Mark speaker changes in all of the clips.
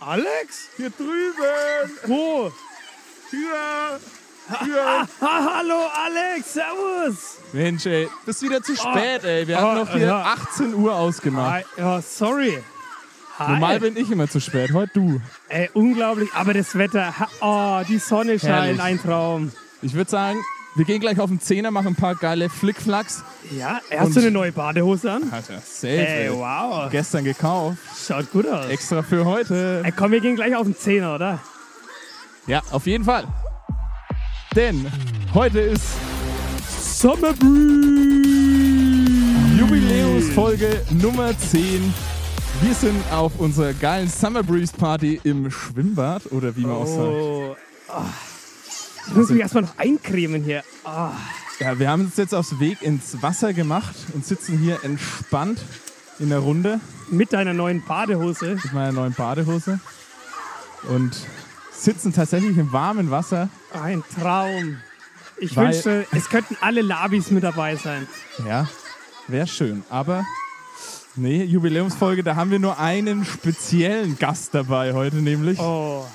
Speaker 1: Alex?
Speaker 2: Hier drüben!
Speaker 1: Wo?
Speaker 2: Hier!
Speaker 1: Ah, ha, hallo Alex, servus.
Speaker 2: Mensch, ey, bist wieder zu spät, ey. Wir hatten
Speaker 1: Ah,
Speaker 2: noch hier
Speaker 1: ja.
Speaker 2: 18 Uhr ausgemacht.
Speaker 1: Hi. Ja, sorry. Hi.
Speaker 2: Normal bin ich immer zu spät, heute du.
Speaker 1: Ey, unglaublich, aber das Wetter, ha- oh, die Sonne scheint,
Speaker 2: Herrlich.
Speaker 1: ein Traum.
Speaker 2: Ich würde sagen, wir gehen gleich auf den Zehner, machen ein paar geile Flickflacks.
Speaker 1: Ja, hast
Speaker 2: Und-
Speaker 1: du eine neue Badehose an?
Speaker 2: Alter, safe.
Speaker 1: Ey,
Speaker 2: ey.
Speaker 1: wow,
Speaker 2: Gestern gekauft,
Speaker 1: schaut gut aus.
Speaker 2: extra für heute.
Speaker 1: Ey, komm, wir gehen gleich auf den Zehner, oder?
Speaker 2: Ja, auf jeden Fall. Denn heute ist
Speaker 1: Summer Breeze.
Speaker 2: Jubiläumsfolge Nummer 10. Wir sind auf unserer geilen Summer Breeze Party im Schwimmbad oder wie man auch sagt.
Speaker 1: Oh. ah. Ich
Speaker 2: Also-
Speaker 1: muss mich erstmal noch eincremen hier. Ah.
Speaker 2: Ja, wir haben uns jetzt aufs Weg ins Wasser gemacht und sitzen hier entspannt in der Runde
Speaker 1: Mit deiner neuen Badehose.
Speaker 2: mit meiner neuen Badehose und sitzen tatsächlich im warmen Wasser.
Speaker 1: Ein Traum. Ich
Speaker 2: Weil-
Speaker 1: wünschte, es könnten alle Labis mit dabei sein.
Speaker 2: Ja, wäre schön, aber nee, Jubiläumsfolge, da haben wir nur einen speziellen Gast dabei heute nämlich.
Speaker 1: Oh,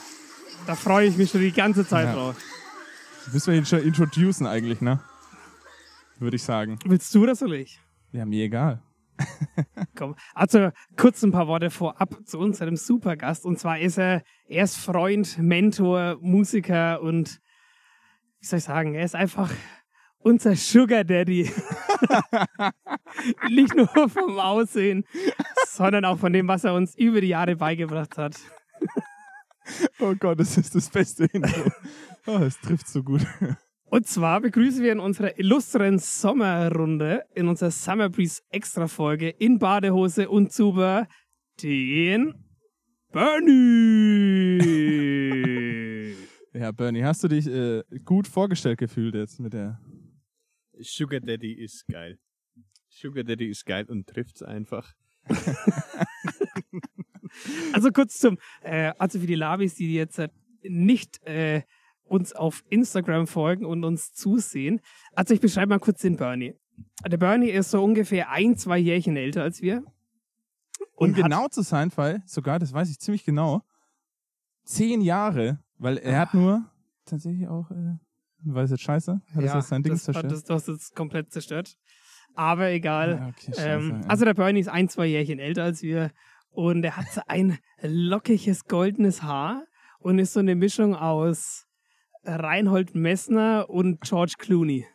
Speaker 1: da freue ich mich schon die ganze Zeit
Speaker 2: Ja.
Speaker 1: drauf.
Speaker 2: Müssen wir ihn schon introducen eigentlich, ne? Würde ich sagen.
Speaker 1: Willst du das oder ich?
Speaker 2: Ja, mir egal.
Speaker 1: Komm. Also kurz ein paar Worte vorab zu unserem Supergast. Und zwar ist er, er ist Freund, Mentor, Musiker und wie soll ich sagen, er ist einfach unser Sugar Daddy. Nicht nur vom Aussehen, sondern auch von dem, was er uns über die Jahre beigebracht hat.
Speaker 2: Oh Gott, das ist das beste Intro. Oh, es trifft so gut.
Speaker 1: Und zwar begrüßen wir in unserer illustren Sommerrunde, in unserer Summer Breeze Extra Folge in Badehose und Zuber den Bernie.
Speaker 2: Ja, Bernie, hast du dich äh, gut vorgestellt gefühlt jetzt mit der...
Speaker 3: Sugar Daddy ist geil. Sugar Daddy ist geil und trifft's einfach.
Speaker 1: also kurz zum, äh, also für die Labis, die jetzt äh, nicht äh, uns auf Instagram folgen und uns zusehen. Also ich beschreibe mal kurz den Bernie. Der Bernie ist so ungefähr ein, zwei Jährchen älter als wir.
Speaker 2: Um
Speaker 1: hat-
Speaker 2: genau zu sein, weil sogar, das weiß ich ziemlich genau, zehn Jahre, weil er hat nur tatsächlich auch... Äh, weiß jetzt scheiße, hat das jetzt sein Ding
Speaker 1: das,
Speaker 2: zerstört?
Speaker 1: Das, das ist komplett zerstört. Aber egal.
Speaker 2: Ah, okay, scheiße,
Speaker 1: ähm,
Speaker 2: ja.
Speaker 1: also der Bernie ist ein, zwei Jährchen älter als wir und er hat so ein lockiges, goldenes Haar und ist so eine Mischung aus Reinhold Messner und George Clooney.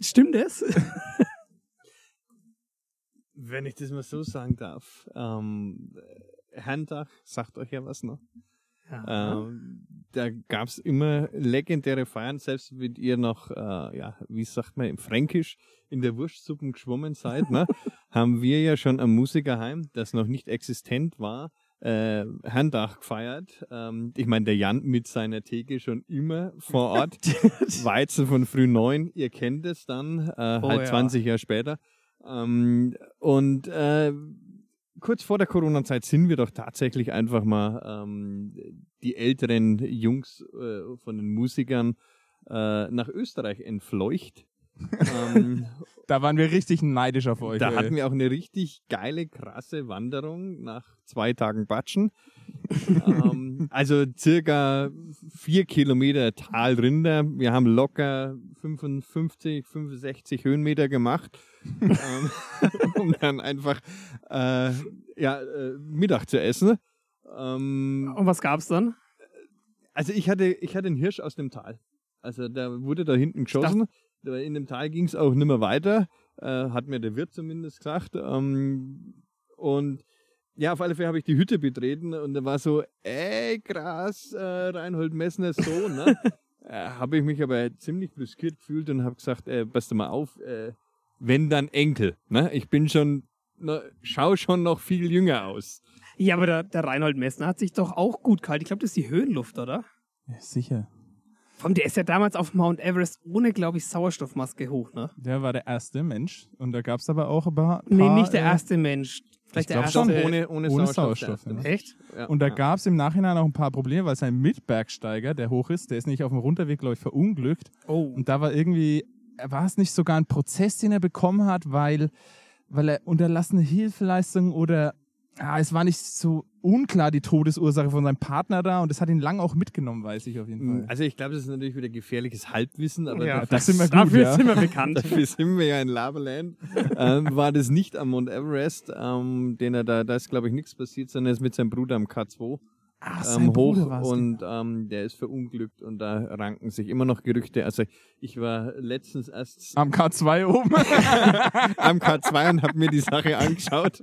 Speaker 1: Stimmt das?
Speaker 3: Wenn ich das mal so sagen darf, ähm, Herrentag, sagt euch ja was noch. Ähm, da gab's immer legendäre Feiern, selbst wenn ihr noch, äh, ja, wie sagt man im Fränkisch, in der Wurstsuppen geschwommen seid, ne, haben wir ja schon am Musikerheim, das noch nicht existent war, äh, Herrndach gefeiert. Ähm, ich meine, der Jan mit seiner Theke schon immer vor Ort. Weizen von früh neun, ihr kennt es dann, äh,
Speaker 1: Oh,
Speaker 3: halt
Speaker 1: ja.
Speaker 3: 20 Jahre später. Ähm, und äh, kurz vor der Corona-Zeit sind wir doch tatsächlich einfach mal ähm, die älteren Jungs äh, von den Musikern äh, nach Österreich entfleucht. ähm,
Speaker 2: Da waren wir richtig neidisch auf euch.
Speaker 3: da
Speaker 2: ey.
Speaker 3: hatten wir auch eine richtig geile, krasse Wanderung nach zwei Tagen Batschen. ähm, also circa vier Kilometer Talrinder. Wir haben locker 55, 65 Höhenmeter gemacht, ähm, um dann einfach äh, ja, äh, Mittag zu essen. Ähm,
Speaker 1: Und was gab's dann?
Speaker 3: also ich hatte, ich hatte einen Hirsch aus dem Tal. Also da wurde da hinten geschossen. Da- In dem Tal ging es auch nimmer weiter, äh, hat mir der Wirt zumindest gesagt. Ähm, und ja, auf alle Fälle habe ich die Hütte betreten und da war so, ey, krass, äh, Reinhold Messner Sohn. Ne? äh, habe ich mich aber ziemlich brüskiert gefühlt und habe gesagt, äh, passt mal auf, äh, wenn dann Enkel. Ne? Ich bin schon, na, schau schon noch viel jünger aus.
Speaker 1: Ja, aber der, der Reinhold Messner hat sich doch auch gut gehalten. Ich glaube, das ist die Höhenluft, oder?
Speaker 2: Ja, sicher.
Speaker 1: Vom der ist ja damals auf Mount Everest ohne, glaube ich, Sauerstoffmaske hoch, ne?
Speaker 2: Der war der erste Mensch und da gab es aber auch ein paar.
Speaker 1: Nee, nicht der
Speaker 2: äh,
Speaker 1: erste Mensch. Vielleicht der
Speaker 2: glaub
Speaker 1: erste.
Speaker 2: schon,
Speaker 3: Ohne, ohne,
Speaker 2: ohne
Speaker 3: Sauerstoff.
Speaker 2: Sauerstoff, ja.
Speaker 1: Echt?
Speaker 3: Ja.
Speaker 2: Und da gab es im Nachhinein auch ein paar Probleme, weil sein Mitbergsteiger, der hoch ist, der ist nicht auf dem Runterweg, glaube ich, verunglückt.
Speaker 1: Oh.
Speaker 2: Und da war irgendwie, äh, war es nicht sogar ein Prozess, den er bekommen hat, weil, weil er unterlassene Hilfeleistung oder ah, es war nicht so unklar die Todesursache von seinem Partner da und das hat ihn lang auch mitgenommen, weiß ich auf jeden Fall.
Speaker 3: Also ich glaube, das ist natürlich wieder gefährliches Halbwissen, aber
Speaker 1: Ja,
Speaker 3: dafür,
Speaker 2: das sind wir gut,
Speaker 1: Dafür
Speaker 2: ja.
Speaker 1: sind wir bekannt.
Speaker 3: dafür sind wir ja in Lavaland. ähm, war das nicht am Mount Everest, ähm, den er da, da ist glaube ich nichts passiert, sondern er ist mit seinem Bruder am K2
Speaker 2: Ach,
Speaker 3: ähm, hoch
Speaker 2: Bruder war's, genau.
Speaker 3: und ähm, der ist verunglückt und da ranken sich immer noch Gerüchte. Also ich war letztens erst
Speaker 2: der. Am K2 oben.
Speaker 3: am K2 und habe mir die Sache angeschaut.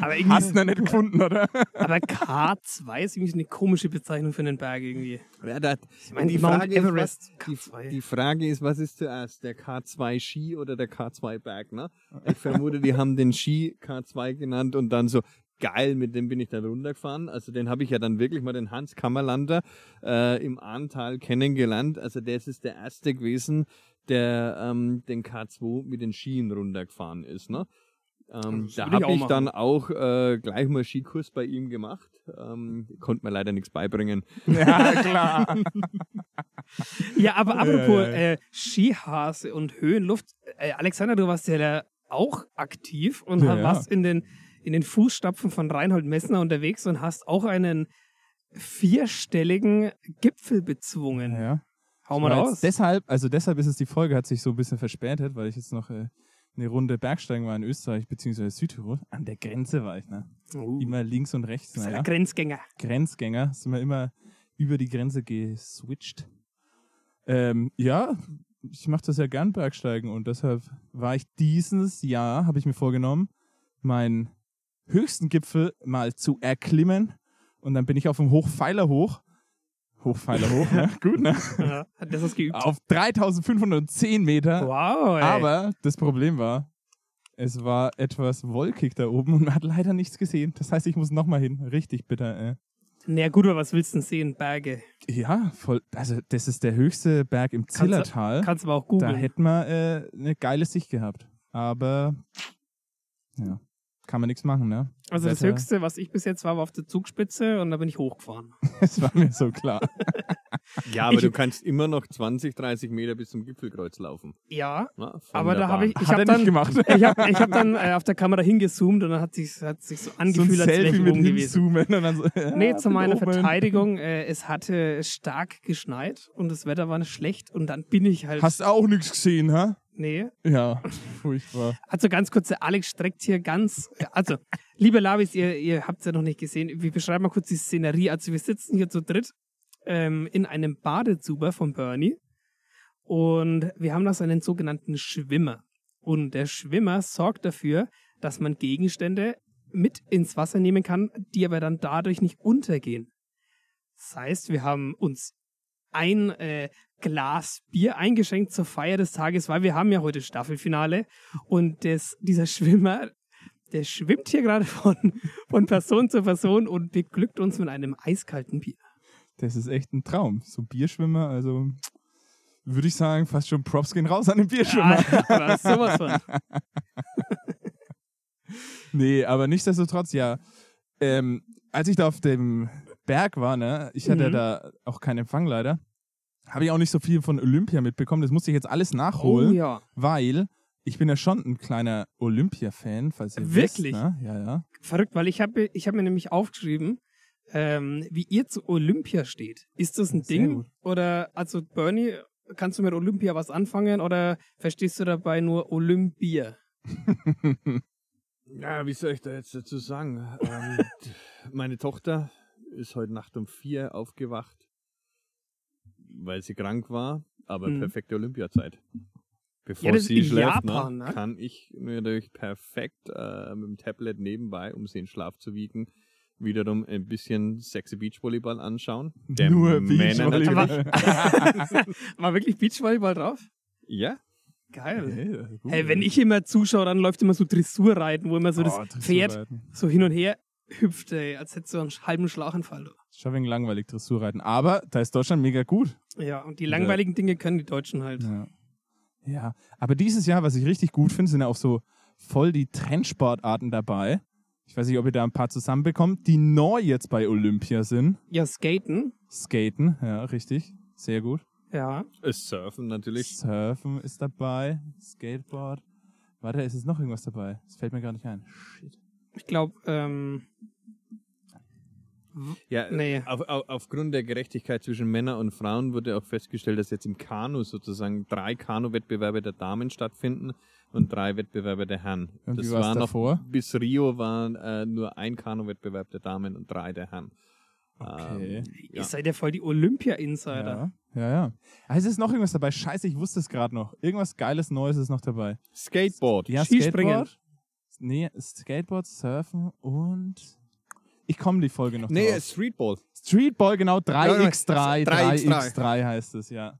Speaker 1: Aber, irgendwie,
Speaker 2: Hast du ihn nicht gefunden, oder?
Speaker 1: aber K2 ist irgendwie eine komische Bezeichnung für einen Berg irgendwie.
Speaker 3: Ja, da,
Speaker 1: Ich meine, die
Speaker 3: die
Speaker 1: Mount
Speaker 3: Frage ist,
Speaker 1: Everest
Speaker 3: Die,
Speaker 1: K2.
Speaker 3: die Frage ist, was ist zuerst, der K2 Ski oder der K2 Berg? Ne? Ich vermute, die haben den Ski K2 genannt und dann so geil, mit dem bin ich dann runtergefahren. Also den habe ich ja dann wirklich mal den Hans Kammerlander äh, im Ahrntal kennengelernt. Also das ist der erste gewesen, der ähm, den K2 mit den Skien runtergefahren ist. Ne? Ähm,
Speaker 1: Also Das
Speaker 3: da
Speaker 1: würde ich
Speaker 3: habe
Speaker 1: auch
Speaker 3: ich
Speaker 1: machen.
Speaker 3: dann auch äh, gleich mal Skikurs bei ihm gemacht. Ähm, konnte mir leider nichts beibringen.
Speaker 2: Ja, klar.
Speaker 1: Ja, aber apropos
Speaker 2: ja, ja.
Speaker 1: Äh, Skihase und Höhenluft. Äh, Alexander, du warst ja da auch aktiv und
Speaker 2: Ja, ja.
Speaker 1: warst in den, in den Fußstapfen von Reinhold Messner unterwegs und hast auch einen vierstelligen Gipfel bezwungen.
Speaker 2: ja.
Speaker 1: Hau mal
Speaker 2: Weil
Speaker 1: raus.
Speaker 2: jetzt Deshalb, also deshalb ist es die Folge, hat sich so ein bisschen verspätet, weil ich jetzt noch äh, eine Runde Bergsteigen war in Österreich, beziehungsweise Südtirol. An der Grenze war ich, ne?
Speaker 1: Uh,
Speaker 2: Immer links und rechts.
Speaker 1: das ist
Speaker 2: Naja.
Speaker 1: ein Grenzgänger.
Speaker 2: Grenzgänger, sind wir immer über die Grenze geswitcht. Ähm, ja, ich mache das ja gern Bergsteigen und deshalb war ich dieses Jahr, habe ich mir vorgenommen, meinen höchsten Gipfel mal zu erklimmen und dann bin ich auf dem Hochpfeiler hoch. Hochpfeiler hoch, ne? gut, ne?
Speaker 1: Ja, hat das ist geübt.
Speaker 2: Auf 3510 Meter.
Speaker 1: Wow, ey.
Speaker 2: Aber das Problem war, es war etwas wolkig da oben und man hat leider nichts gesehen. Das heißt, ich muss nochmal hin. Richtig bitter, äh. ey.
Speaker 1: Na gut, aber was willst du denn sehen? Berge.
Speaker 2: Ja, voll. Also, das ist der höchste Berg im
Speaker 1: du-
Speaker 2: Zillertal.
Speaker 1: Kannst du aber auch
Speaker 2: da
Speaker 1: googeln.
Speaker 2: hätten wir äh, eine geile Sicht gehabt. Aber, ja, kann man nichts machen, ne?
Speaker 1: Also das
Speaker 2: Wetter-
Speaker 1: Höchste, was ich bis jetzt war, war auf der Zugspitze und da bin ich hochgefahren.
Speaker 2: Das war mir so klar.
Speaker 3: Ja, aber du kannst immer noch 20, 30 Meter bis zum Gipfelkreuz laufen.
Speaker 1: Ja,
Speaker 3: Ne? Von
Speaker 1: aber
Speaker 3: der
Speaker 1: da habe
Speaker 3: Bahn.
Speaker 1: ich, ich
Speaker 2: hat
Speaker 1: habe
Speaker 2: er
Speaker 1: dann,
Speaker 2: nicht gemacht.
Speaker 1: ich habe ich hab dann äh, auf der Kamera hingezoomt und dann hat sich, hat sich so
Speaker 2: so ein
Speaker 1: angefühlt, als wäre ich
Speaker 2: Selfie mit
Speaker 1: oben gewesen.
Speaker 2: hinzoomen und dann so, ja,
Speaker 1: Nee, zu
Speaker 2: bin
Speaker 1: meiner
Speaker 2: oben.
Speaker 1: Verteidigung, äh, es hatte stark geschneit und das Wetter war nicht schlecht und dann bin ich halt.
Speaker 2: Hast auch nichts gesehen, ha?
Speaker 1: nee.
Speaker 2: Ja, furchtbar.
Speaker 1: Also ganz kurz, der Alex streckt hier ganz. Also, liebe Lavis, ihr, ihr habt es ja noch nicht gesehen. Wir beschreiben mal kurz die Szenerie. Also, wir sitzen hier zu dritt ähm, in einem Badezuber von Bernie und wir haben da so einen sogenannten Schwimmer. Und der Schwimmer sorgt dafür, dass man Gegenstände mit ins Wasser nehmen kann, die aber dann dadurch nicht untergehen. Das heißt, wir haben uns ein äh, Glas Bier eingeschenkt zur Feier des Tages, weil wir haben ja heute Staffelfinale und das, dieser Schwimmer, der schwimmt hier gerade von, von Person zu Person und beglückt uns mit einem eiskalten Bier.
Speaker 2: Das ist echt ein Traum. So Bierschwimmer, also würde ich sagen, fast schon Props gehen raus an den Bierschwimmer.
Speaker 1: Ah, aber sowas von.
Speaker 2: Nee, aber nichtsdestotrotz, ja. Ähm, als ich da auf dem Berg war, ne, ich hatte
Speaker 1: Mhm.
Speaker 2: da auch keinen Empfang leider, habe ich auch nicht so viel von Olympia mitbekommen. Das musste ich jetzt alles
Speaker 1: Oh
Speaker 2: nachholen,
Speaker 1: ja.
Speaker 2: weil ich bin ja schon ein kleiner Olympia-Fan, falls ihr
Speaker 1: Wirklich?
Speaker 2: wisst. Ne? Ja, ja.
Speaker 1: Verrückt, weil ich habe ich hab mir nämlich aufgeschrieben, ähm, wie ihr zu Olympia steht. Ist das ein
Speaker 2: Sehr
Speaker 1: Ding?
Speaker 2: gut.
Speaker 1: Oder, also Bernie, kannst du mit Olympia was anfangen oder verstehst du dabei nur Olympia?
Speaker 3: Ja, wie soll ich da jetzt dazu sagen? Ähm, t- meine Tochter ist heute Nacht um vier aufgewacht, weil sie krank war, aber
Speaker 1: Mhm.
Speaker 3: perfekte Olympiazeit. Bevor
Speaker 1: Ja, das ist
Speaker 3: sie
Speaker 1: in
Speaker 3: schläft,
Speaker 1: Japan, ne?
Speaker 3: kann ich mir natürlich perfekt äh, mit dem Tablet nebenbei, um sie in Schlaf zu wiegen, wiederum ein bisschen sexy Beachvolleyball anschauen. Der
Speaker 2: Nur
Speaker 3: Männer natürlich.
Speaker 2: Beachvolleyball.
Speaker 1: War wirklich Beachvolleyball drauf?
Speaker 3: Ja,
Speaker 1: Geil.
Speaker 2: Hey, gut.
Speaker 1: Hey, wenn ich immer zuschaue, dann läuft immer so Dressurreiten, wo immer so das
Speaker 2: Oh, Dressurreiten.
Speaker 1: Pferd so hin und her hüpft, ey, als hätte so einen halben Schlaganfall. du.
Speaker 2: Ist Schon wegen langweilig Dressurreiten. Aber da ist Deutschland mega gut.
Speaker 1: Ja, und die langweiligen Dinge können die Deutschen halt.
Speaker 2: Ja. ja, aber dieses Jahr, was ich richtig gut finde, sind ja auch so voll die Trendsportarten dabei. Ich weiß nicht, ob ihr da ein paar zusammenbekommt, die neu jetzt bei Olympia sind.
Speaker 1: Ja, Skaten,
Speaker 2: Skaten, ja, richtig. Sehr gut.
Speaker 1: ja.
Speaker 3: es surfen natürlich.
Speaker 2: Surfen ist dabei. Skateboard. Warte, ist es noch irgendwas dabei? Das fällt mir gar nicht ein. Shit.
Speaker 1: Ich glaube, ähm,
Speaker 3: Ja,
Speaker 1: Nee.
Speaker 3: auf, auf, aufgrund der Gerechtigkeit zwischen Männern und Frauen wurde auch festgestellt, dass jetzt im Kanu sozusagen drei Kanu-Wettbewerbe der Damen stattfinden und drei Wettbewerbe der Herren.
Speaker 2: Und
Speaker 3: das
Speaker 2: wie war's
Speaker 3: war noch
Speaker 2: davor?
Speaker 3: bis Rio waren äh, nur ein Kanu-Wettbewerb der Damen und drei der Herren.
Speaker 2: Okay.
Speaker 3: Ähm,
Speaker 1: ihr
Speaker 3: ja.
Speaker 1: seid ja voll die Olympia-Insider.
Speaker 2: Ja, ja, ja. Ah, es ist noch irgendwas dabei. Scheiße, ich wusste es gerade noch. Irgendwas Geiles Neues ist noch dabei.
Speaker 3: Skateboard.
Speaker 2: Ja,
Speaker 1: Skispringen.
Speaker 2: Skateboard. Nee, Skateboard, Surfen und. Ich komme die Folge noch
Speaker 3: Nee,
Speaker 2: drauf.
Speaker 3: Streetball.
Speaker 2: Streetball, genau,
Speaker 3: Ja, ja,
Speaker 2: 3x3,
Speaker 3: 3x3.
Speaker 2: 3x3 heißt es, ja.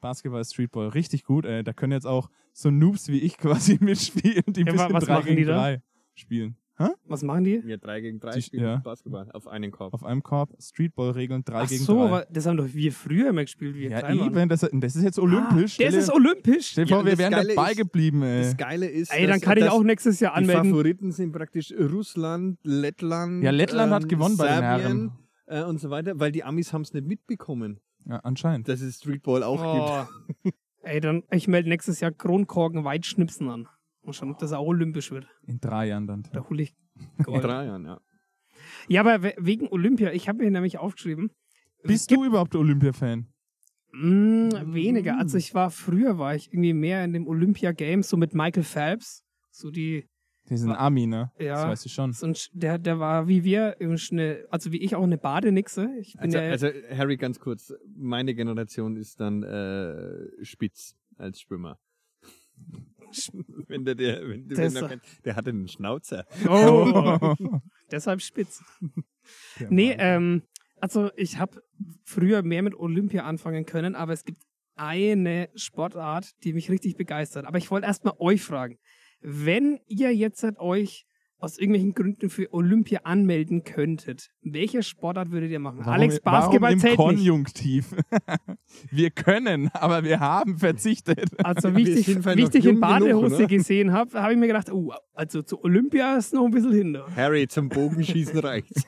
Speaker 2: Basketball, Streetball, richtig gut, ey. Da können jetzt auch so Noobs wie ich quasi mitspielen, die ein
Speaker 1: Ja, wa-
Speaker 2: bisschen
Speaker 1: was
Speaker 2: 3
Speaker 1: machen
Speaker 2: gegen
Speaker 1: die da?
Speaker 2: 3 spielen.
Speaker 1: Was machen die?
Speaker 3: Ja, drei gegen drei
Speaker 2: Die-
Speaker 3: spielen
Speaker 2: ja.
Speaker 3: Basketball auf einen Korb.
Speaker 2: Auf einem Korb, Streetball-Regeln 3
Speaker 1: Ach
Speaker 2: gegen
Speaker 1: so,
Speaker 2: 3.
Speaker 1: wa- das haben doch wir früher immer gespielt, wie wir
Speaker 2: Ja,
Speaker 1: klein waren.
Speaker 2: eben, das, das ist jetzt olympisch.
Speaker 1: Ah,
Speaker 2: Stell
Speaker 1: das
Speaker 2: dir-
Speaker 1: ist olympisch.
Speaker 2: Stell dir vor,
Speaker 3: Ja,
Speaker 2: wir
Speaker 3: das
Speaker 2: wären
Speaker 3: Geile
Speaker 2: dabei
Speaker 3: ist-
Speaker 2: geblieben, ey.
Speaker 3: Das Geile ist,
Speaker 1: Ey, dann
Speaker 3: dass-
Speaker 1: kann ich
Speaker 3: dass
Speaker 1: auch nächstes Jahr
Speaker 3: die
Speaker 1: anmelden.
Speaker 3: Favoriten sind praktisch Russland, Lettland.
Speaker 2: Ja, Lettland hat
Speaker 3: ähm,
Speaker 2: gewonnen bei den
Speaker 3: Serbien, Äh, und so weiter, weil die Amis haben es nicht mitbekommen,
Speaker 2: Ja, anscheinend.
Speaker 3: dass es Streetball auch gibt.
Speaker 1: Oh. Ey, dann, ich melde nächstes Jahr Kronkorken Weitschnipsen an. Mal schauen, ob das auch olympisch wird.
Speaker 2: In drei Jahren dann.
Speaker 1: Da hole ich
Speaker 3: In
Speaker 1: Gold.
Speaker 3: drei Jahren, ja.
Speaker 1: Ja, aber we- wegen Olympia, ich habe mir nämlich aufgeschrieben,
Speaker 2: Bist du überhaupt Olympia-Fan?
Speaker 1: mh, weniger. Also ich war früher war ich irgendwie mehr in dem Olympia Games so mit Michael Phelps, so die
Speaker 2: Die sind Ami, ne?
Speaker 1: Ja.
Speaker 2: Das weiß ich schon.
Speaker 1: so ein, Sch- der der war wie wir im Schne, also wie ich auch eine Badenixe. Ich bin
Speaker 3: Also,
Speaker 1: ja,
Speaker 3: also, Harry, ganz kurz, meine Generation ist dann äh, spitz als Schwimmer. wenn der, der, wenn, du
Speaker 1: Das-
Speaker 3: den noch kennst, der hatte einen Schnauzer.
Speaker 1: oh, deshalb spitz. Nee, ähm, also ich habe früher mehr mit Olympia anfangen können, aber es gibt eine Sportart, die mich richtig begeistert. Aber ich wollte erstmal euch fragen, wenn ihr jetzt halt euch aus irgendwelchen Gründen für Olympia anmelden könntet, welche Sportart würdet ihr machen?
Speaker 2: Warum-
Speaker 1: Alex, Basketball
Speaker 2: warum im
Speaker 1: zählt nicht.
Speaker 2: Konjunktiv. wir können, aber wir haben verzichtet.
Speaker 1: Also
Speaker 3: Wir
Speaker 1: wie ich,
Speaker 3: sind
Speaker 1: dich-
Speaker 3: halt
Speaker 1: wie ich
Speaker 3: noch
Speaker 1: dich in
Speaker 3: jung genug,
Speaker 1: Badehose
Speaker 3: oder?
Speaker 1: gesehen habe, habe ich mir gedacht, oh, also zu Olympia ist noch ein bisschen hin. ne?
Speaker 3: Harry, zum Bogenschießen reicht's.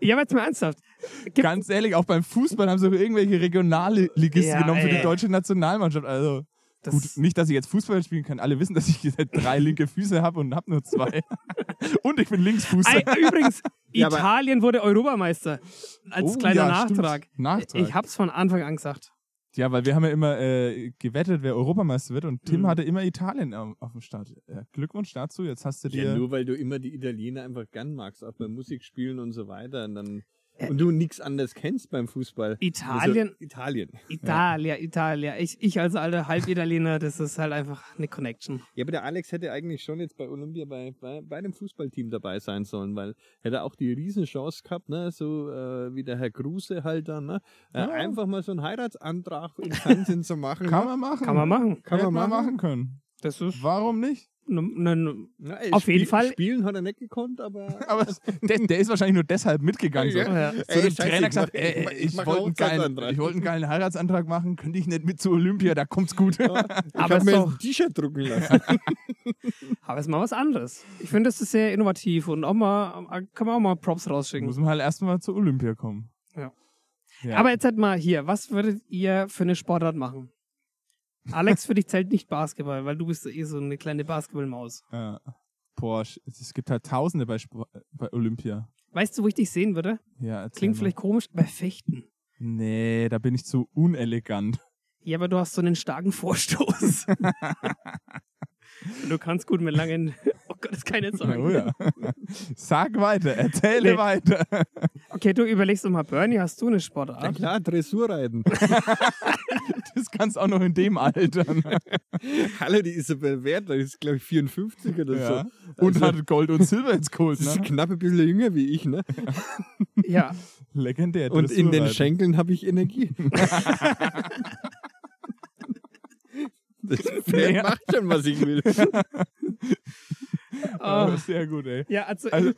Speaker 1: Ja, aber jetzt mal ernsthaft. Gibt,
Speaker 2: Ganz ehrlich, auch beim Fußball haben sie auch irgendwelche Regionalligisten
Speaker 1: Ja,
Speaker 2: genommen für
Speaker 1: ey.
Speaker 2: die deutsche Nationalmannschaft. Also
Speaker 1: Das-
Speaker 2: gut, nicht, dass ich jetzt Fußball spielen kann. Alle wissen, dass ich jetzt drei linke Füße habe und habe nur zwei. und ich bin Linksfußer.
Speaker 1: Ei, übrigens,
Speaker 3: Ja, aber-
Speaker 1: Italien wurde Europameister. Als
Speaker 2: Oh,
Speaker 1: kleiner
Speaker 2: ja, stimmt.
Speaker 1: Nachtrag.
Speaker 2: Nachtrag.
Speaker 1: Ich hab's von Anfang an gesagt.
Speaker 2: Ja, weil wir haben ja immer äh, gewettet, wer Europameister wird und Tim
Speaker 1: Mhm.
Speaker 2: hatte immer Italien auf, auf dem Start. Ja, Glückwunsch dazu, jetzt hast du dir...
Speaker 3: Ja, nur weil du immer die Italiener einfach gern magst, auch beim Musikspielen und so weiter. Und, dann, und du nichts anderes kennst beim Fußball.
Speaker 1: Italien-
Speaker 3: Also, Italien.
Speaker 1: Italia, Italia. Ich, ich als alter Halbitaliener, das ist halt einfach eine Connection.
Speaker 3: Ja, aber der Alex hätte eigentlich schon jetzt bei Olympia bei, bei, bei einem Fußballteam dabei sein sollen, weil hätte er auch die Riesenchance gehabt, ne? so äh, wie der Herr Kruse halt dann, ne? äh,
Speaker 2: Ja.
Speaker 3: einfach mal so einen Heiratsantrag im Fernsehen zu machen.
Speaker 2: Kann man machen.
Speaker 1: Kann man machen.
Speaker 3: Kann
Speaker 2: Hätte
Speaker 3: man machen.
Speaker 2: machen können.
Speaker 1: Das ist
Speaker 2: Warum nicht?
Speaker 1: ne, ne, ne,
Speaker 3: Na, ey,
Speaker 1: Auf jeden Fall.
Speaker 3: Spielen hat er nicht gekonnt, aber...
Speaker 2: Aber es- der, der ist wahrscheinlich nur deshalb mitgegangen. So.
Speaker 1: ja.
Speaker 3: Ja.
Speaker 2: Zu
Speaker 3: Ey,
Speaker 2: dem
Speaker 3: scheiße,
Speaker 2: Trainer
Speaker 3: ich
Speaker 2: gesagt,
Speaker 3: mach-
Speaker 2: ey,
Speaker 3: ich mach-
Speaker 2: ey,
Speaker 3: ich
Speaker 2: ich,
Speaker 3: mach
Speaker 2: wollte einen geilen,
Speaker 3: Hochzeitsantrag.
Speaker 2: ich wollte einen geilen Heiratsantrag machen, könnte ich nicht mit zu Olympia, da kommt's gut.
Speaker 3: Ich
Speaker 1: Aber
Speaker 3: hab
Speaker 1: ist
Speaker 3: mir
Speaker 1: doch-
Speaker 3: ein T-Shirt drucken lassen.
Speaker 1: Aber ist mal was anderes. Ich finde, das ist sehr innovativ und auch mal, kann man auch mal Props
Speaker 2: Muss
Speaker 1: rausschicken.
Speaker 2: man halt erstmal zu Olympia kommen.
Speaker 1: Ja.
Speaker 2: Ja.
Speaker 1: Aber jetzt halt mal hier, was würdet ihr für eine Sportart machen? Alex, für dich zählt nicht Basketball, weil du bist eh so eine kleine Basketballmaus.
Speaker 2: Äh, boah, sch- es gibt halt Tausende bei, Sp bei Olympia.
Speaker 1: Weißt du, wo ich dich sehen würde?
Speaker 2: Ja, erzähl
Speaker 1: Klingt
Speaker 2: mal.
Speaker 1: vielleicht komisch, bei Fechten.
Speaker 2: Nee, da bin ich zu unelegant.
Speaker 1: Ja, aber du hast so einen starken Vorstoß. Und du kannst gut mit langen. Oh Gott, das kann ich nicht sagen.
Speaker 2: Oh ja. Sag weiter, erzähle
Speaker 1: Nee.
Speaker 2: weiter.
Speaker 1: Okay, du überlegst doch mal, Bernie, hast du eine
Speaker 3: Na
Speaker 1: Sportart?
Speaker 3: klar, Dressurreiten.
Speaker 2: Das kannst auch noch in dem Alter. ne?
Speaker 3: Hallo, die Isabel Werther ist, glaube ich, 54 oder
Speaker 2: Ja.
Speaker 3: so.
Speaker 2: Und
Speaker 3: Also-
Speaker 2: hat Gold und Silber jetzt geholt.
Speaker 3: Das ist
Speaker 2: Ne?
Speaker 3: knapp ein bisschen jünger wie ich, ne?
Speaker 1: Ja.
Speaker 2: Legendär.
Speaker 3: Und in den
Speaker 2: Dressurreiten.
Speaker 3: Schenkeln habe ich Energie. das Pferd
Speaker 2: Ja.
Speaker 3: macht schon, was ich will.
Speaker 1: Ah.
Speaker 2: Oh, sehr gut, ey.
Speaker 1: Ja, also,
Speaker 2: Also,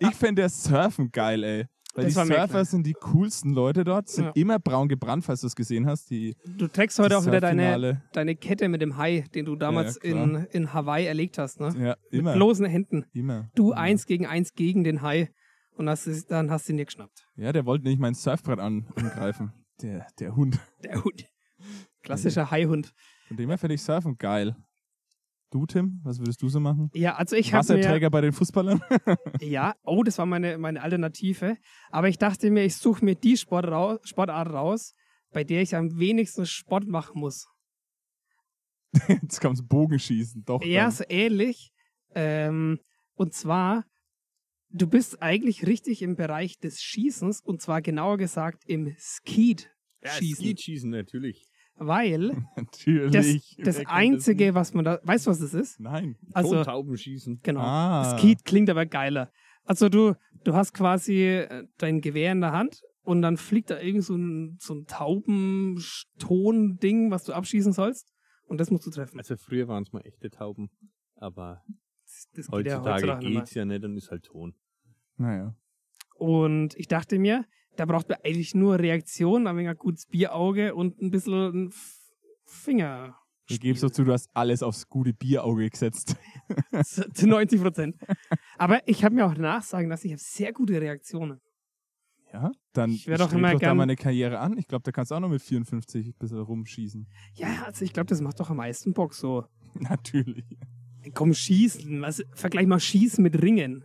Speaker 2: ich fände das Surfen geil, ey. Weil
Speaker 1: Das
Speaker 2: die
Speaker 1: war mir klar.
Speaker 2: Surfer sind die coolsten Leute dort, sind
Speaker 1: Ja.
Speaker 2: immer braun gebrannt, falls du es gesehen hast. Die,
Speaker 1: du trägst heute
Speaker 2: das
Speaker 1: auch wieder deine,
Speaker 2: Surffinale.
Speaker 1: deine Kette mit dem Hai, den du damals
Speaker 2: Ja, klar.
Speaker 1: in, in Hawaii erlegt hast, ne?
Speaker 2: ja,
Speaker 1: Mit
Speaker 2: immer.
Speaker 1: bloßen Händen.
Speaker 2: immer.
Speaker 1: Du
Speaker 2: immer.
Speaker 1: eins gegen eins gegen den Hai und hast, es- dann hast du ihn dir geschnappt.
Speaker 2: Ja, der wollte nicht mein Surfbrett an, angreifen. Der, der Hund.
Speaker 1: Der Hund. Klassischer Haihund.
Speaker 2: Von dem her fände ich Surfen geil. Du, Tim, was würdest du so machen?
Speaker 1: Ja, also ich habe mir,
Speaker 2: Wasserträger bei den Fußballern?
Speaker 1: ja, oh, das war meine, meine Alternative. Aber ich dachte mir, ich suche mir die Sport raus, Sportart raus, bei der ich am wenigsten Sport machen muss.
Speaker 2: Jetzt kommt's Bogenschießen, doch.
Speaker 1: Ja,
Speaker 2: dann.
Speaker 1: so ähnlich. Ähm, und zwar, du bist eigentlich richtig im Bereich des Schießens und zwar genauer gesagt im Skeet. Schießen.
Speaker 3: Skeet schießen, natürlich.
Speaker 1: Weil das,
Speaker 2: Natürlich.
Speaker 1: das
Speaker 3: Wer kennt das
Speaker 1: Einzige, was man da. Weißt du, was es ist?
Speaker 2: Nein.
Speaker 1: Also,
Speaker 3: Tontauben schießen.
Speaker 1: genau.
Speaker 2: Ah.
Speaker 1: Skeet klingt aber geiler. Also, du, du hast quasi äh, dein Gewehr in der Hand und dann fliegt da irgend so ein, so ein Taubenston-Ding, was du abschießen sollst. Und das musst du treffen.
Speaker 3: Also früher waren es mal echte Tauben, aber
Speaker 1: Das geht ja
Speaker 3: heutzutage
Speaker 1: heutzutage nicht mehr.
Speaker 3: geht's ja nicht und ist halt Ton.
Speaker 2: Naja.
Speaker 1: Und ich dachte mir, da braucht man eigentlich nur Reaktion, ein wenig ein gutes Bierauge und ein bisschen ein F- Finger.
Speaker 2: Ich gebe doch zu, du hast alles aufs gute Bierauge gesetzt.
Speaker 1: zu zu 90 Prozent. Aber ich habe mir auch nachsagen lassen, ich habe sehr gute Reaktionen.
Speaker 2: Ja? Dann
Speaker 1: Ich wär doch
Speaker 2: streb
Speaker 1: immer
Speaker 2: doch da
Speaker 1: gern-
Speaker 2: mal eine Karriere an. Ich glaube, da kannst du auch noch mit 54 ein bisschen rumschießen.
Speaker 1: Ja, also ich glaube, das macht doch am meisten Bock so.
Speaker 2: Natürlich.
Speaker 1: Komm, schießen. Was, vergleich mal Schießen mit Ringen.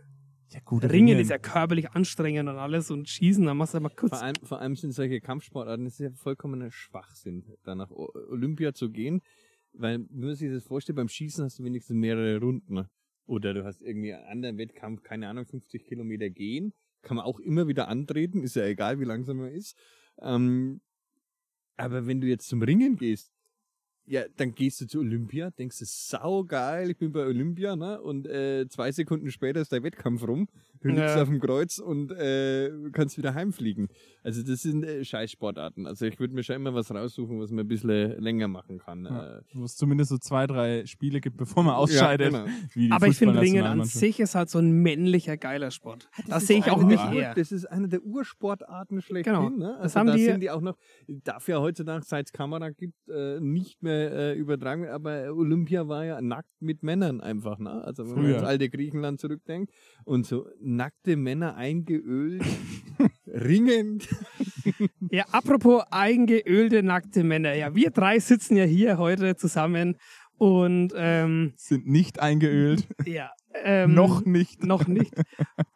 Speaker 2: Ja, gut.
Speaker 1: Ringen, ist ja körperlich anstrengend und alles und Schießen, dann machst du mal kurz.
Speaker 3: Vor allem, vor allem sind solche Kampfsportarten, das ist ja vollkommener Schwachsinn, da nach O- Olympia zu gehen, weil, wenn man sich das vorstellt, beim Schießen hast du wenigstens mehrere Runden. Oder du hast irgendwie einen anderen Wettkampf, keine Ahnung, 50 Kilometer gehen, kann man auch immer wieder antreten, ist ja egal, wie langsam man ist. Ähm, aber wenn du jetzt zum Ringen gehst, ja, dann gehst du zu Olympia, denkst du, saugeil, ich bin bei Olympia, ne? Und äh, zwei Sekunden später ist der Wettkampf rum, du liegst
Speaker 1: Ja.
Speaker 3: auf dem Kreuz und äh, kannst wieder heimfliegen. Also das sind äh, Scheißsportarten. Also ich würde mir schon immer was raussuchen, was man ein bisschen länger machen kann.
Speaker 2: Ja.
Speaker 3: Äh,
Speaker 2: Wo es zumindest so zwei, drei Spiele gibt, bevor man ausscheidet.
Speaker 3: Ja, genau.
Speaker 2: wie die
Speaker 1: Aber ich finde Ringen an
Speaker 2: Fußballnationalmannschaft.
Speaker 1: sich ist halt so ein männlicher, geiler Sport.
Speaker 3: Das
Speaker 1: Das
Speaker 3: ist
Speaker 1: sehe ich auch
Speaker 3: eine
Speaker 1: mich
Speaker 3: der Ur-
Speaker 1: eher.
Speaker 3: Das ist eine der Ursportarten schlechthin.
Speaker 1: Genau.
Speaker 3: Ne? Also
Speaker 1: Das haben
Speaker 3: da
Speaker 1: die-
Speaker 3: sind die auch noch, darf ja heutzutage, seit es Kamera gibt, äh, nicht mehr äh, übertragen werden, aber Olympia war ja nackt mit Männern einfach. Ne? Also wenn man
Speaker 2: Früher.
Speaker 3: ans alte Griechenland zurückdenkt und so nackte Männer eingeölt, ringend.
Speaker 1: Ja, apropos eingeölte, nackte Männer. Ja, wir drei sitzen ja hier heute zusammen und ähm,
Speaker 2: Sind nicht eingeölt.
Speaker 1: ja. Ähm,
Speaker 2: noch nicht.
Speaker 1: Noch nicht.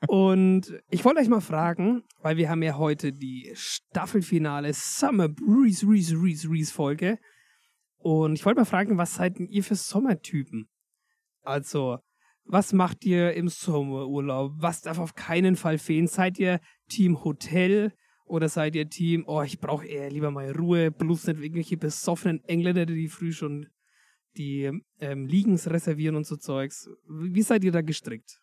Speaker 1: Und ich wollte euch mal fragen, weil wir haben ja heute die Staffelfinale Summer Breeze, Breeze, Breeze, Breeze Folge. Und ich wollte mal fragen, was seid denn ihr für Sommertypen? Also, was macht ihr im Sommerurlaub? Was darf auf keinen Fall fehlen? Seid ihr Team Hotel oder seid ihr Team, oh, ich brauche eher lieber mal Ruhe, bloß nicht irgendwelche besoffenen Engländer, die früh schon die ähm, Liegens reservieren und so Zeugs. Wie wie seid ihr da gestrickt?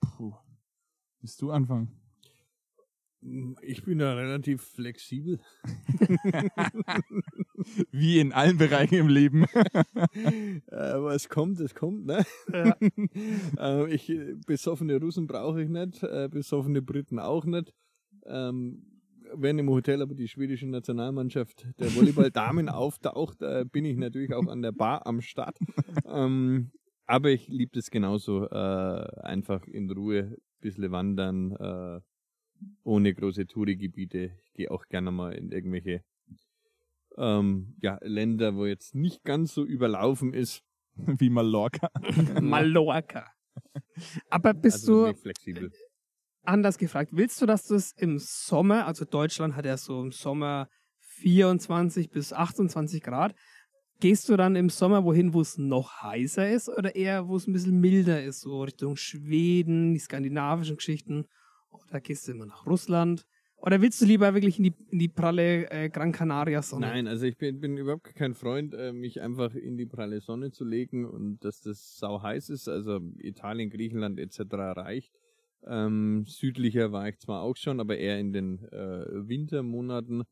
Speaker 2: Puh. Bist du anfangen?
Speaker 3: Ich bin da relativ flexibel.
Speaker 2: Wie in allen Bereichen im Leben.
Speaker 3: Aber es Äh, kommt, es kommt, ne?
Speaker 1: Ja.
Speaker 3: ähm, ich, äh, besoffene Russen brauche ich nicht, äh, besoffene Briten auch nicht. Ähm, wenn im Hotel aber die schwedische Nationalmannschaft der Volleyball-Damen auftaucht, äh, bin ich natürlich auch an der Bar am Start. Ähm, aber ich liebe das genauso, äh, einfach in Ruhe, bisschen wandern, äh, ohne große Tourigebiete. Ich gehe auch gerne mal in irgendwelche ähm, ja, Länder, wo jetzt nicht ganz so überlaufen ist.
Speaker 2: Wie Mallorca.
Speaker 1: Mallorca. Aber bist
Speaker 3: also
Speaker 1: du,
Speaker 3: nicht flexibel.
Speaker 1: anders gefragt, willst du, dass das im Sommer, also Deutschland hat ja so im Sommer 24 bis 28 Grad, gehst du dann im Sommer wohin, wo es noch heißer ist oder eher, wo es ein bisschen milder ist, so Richtung Schweden, die skandinavischen Geschichten oder gehst du immer nach Russland? Oder willst du lieber wirklich in die, in die pralle äh, Gran Canaria Sonne?
Speaker 3: Nein, also ich bin, bin überhaupt kein Freund, äh, mich einfach in die pralle Sonne zu legen und dass das sau heiß ist. Also Italien, Griechenland etc. reicht. Ähm, südlicher war ich zwar auch schon, aber eher in den äh, Wintermonaten.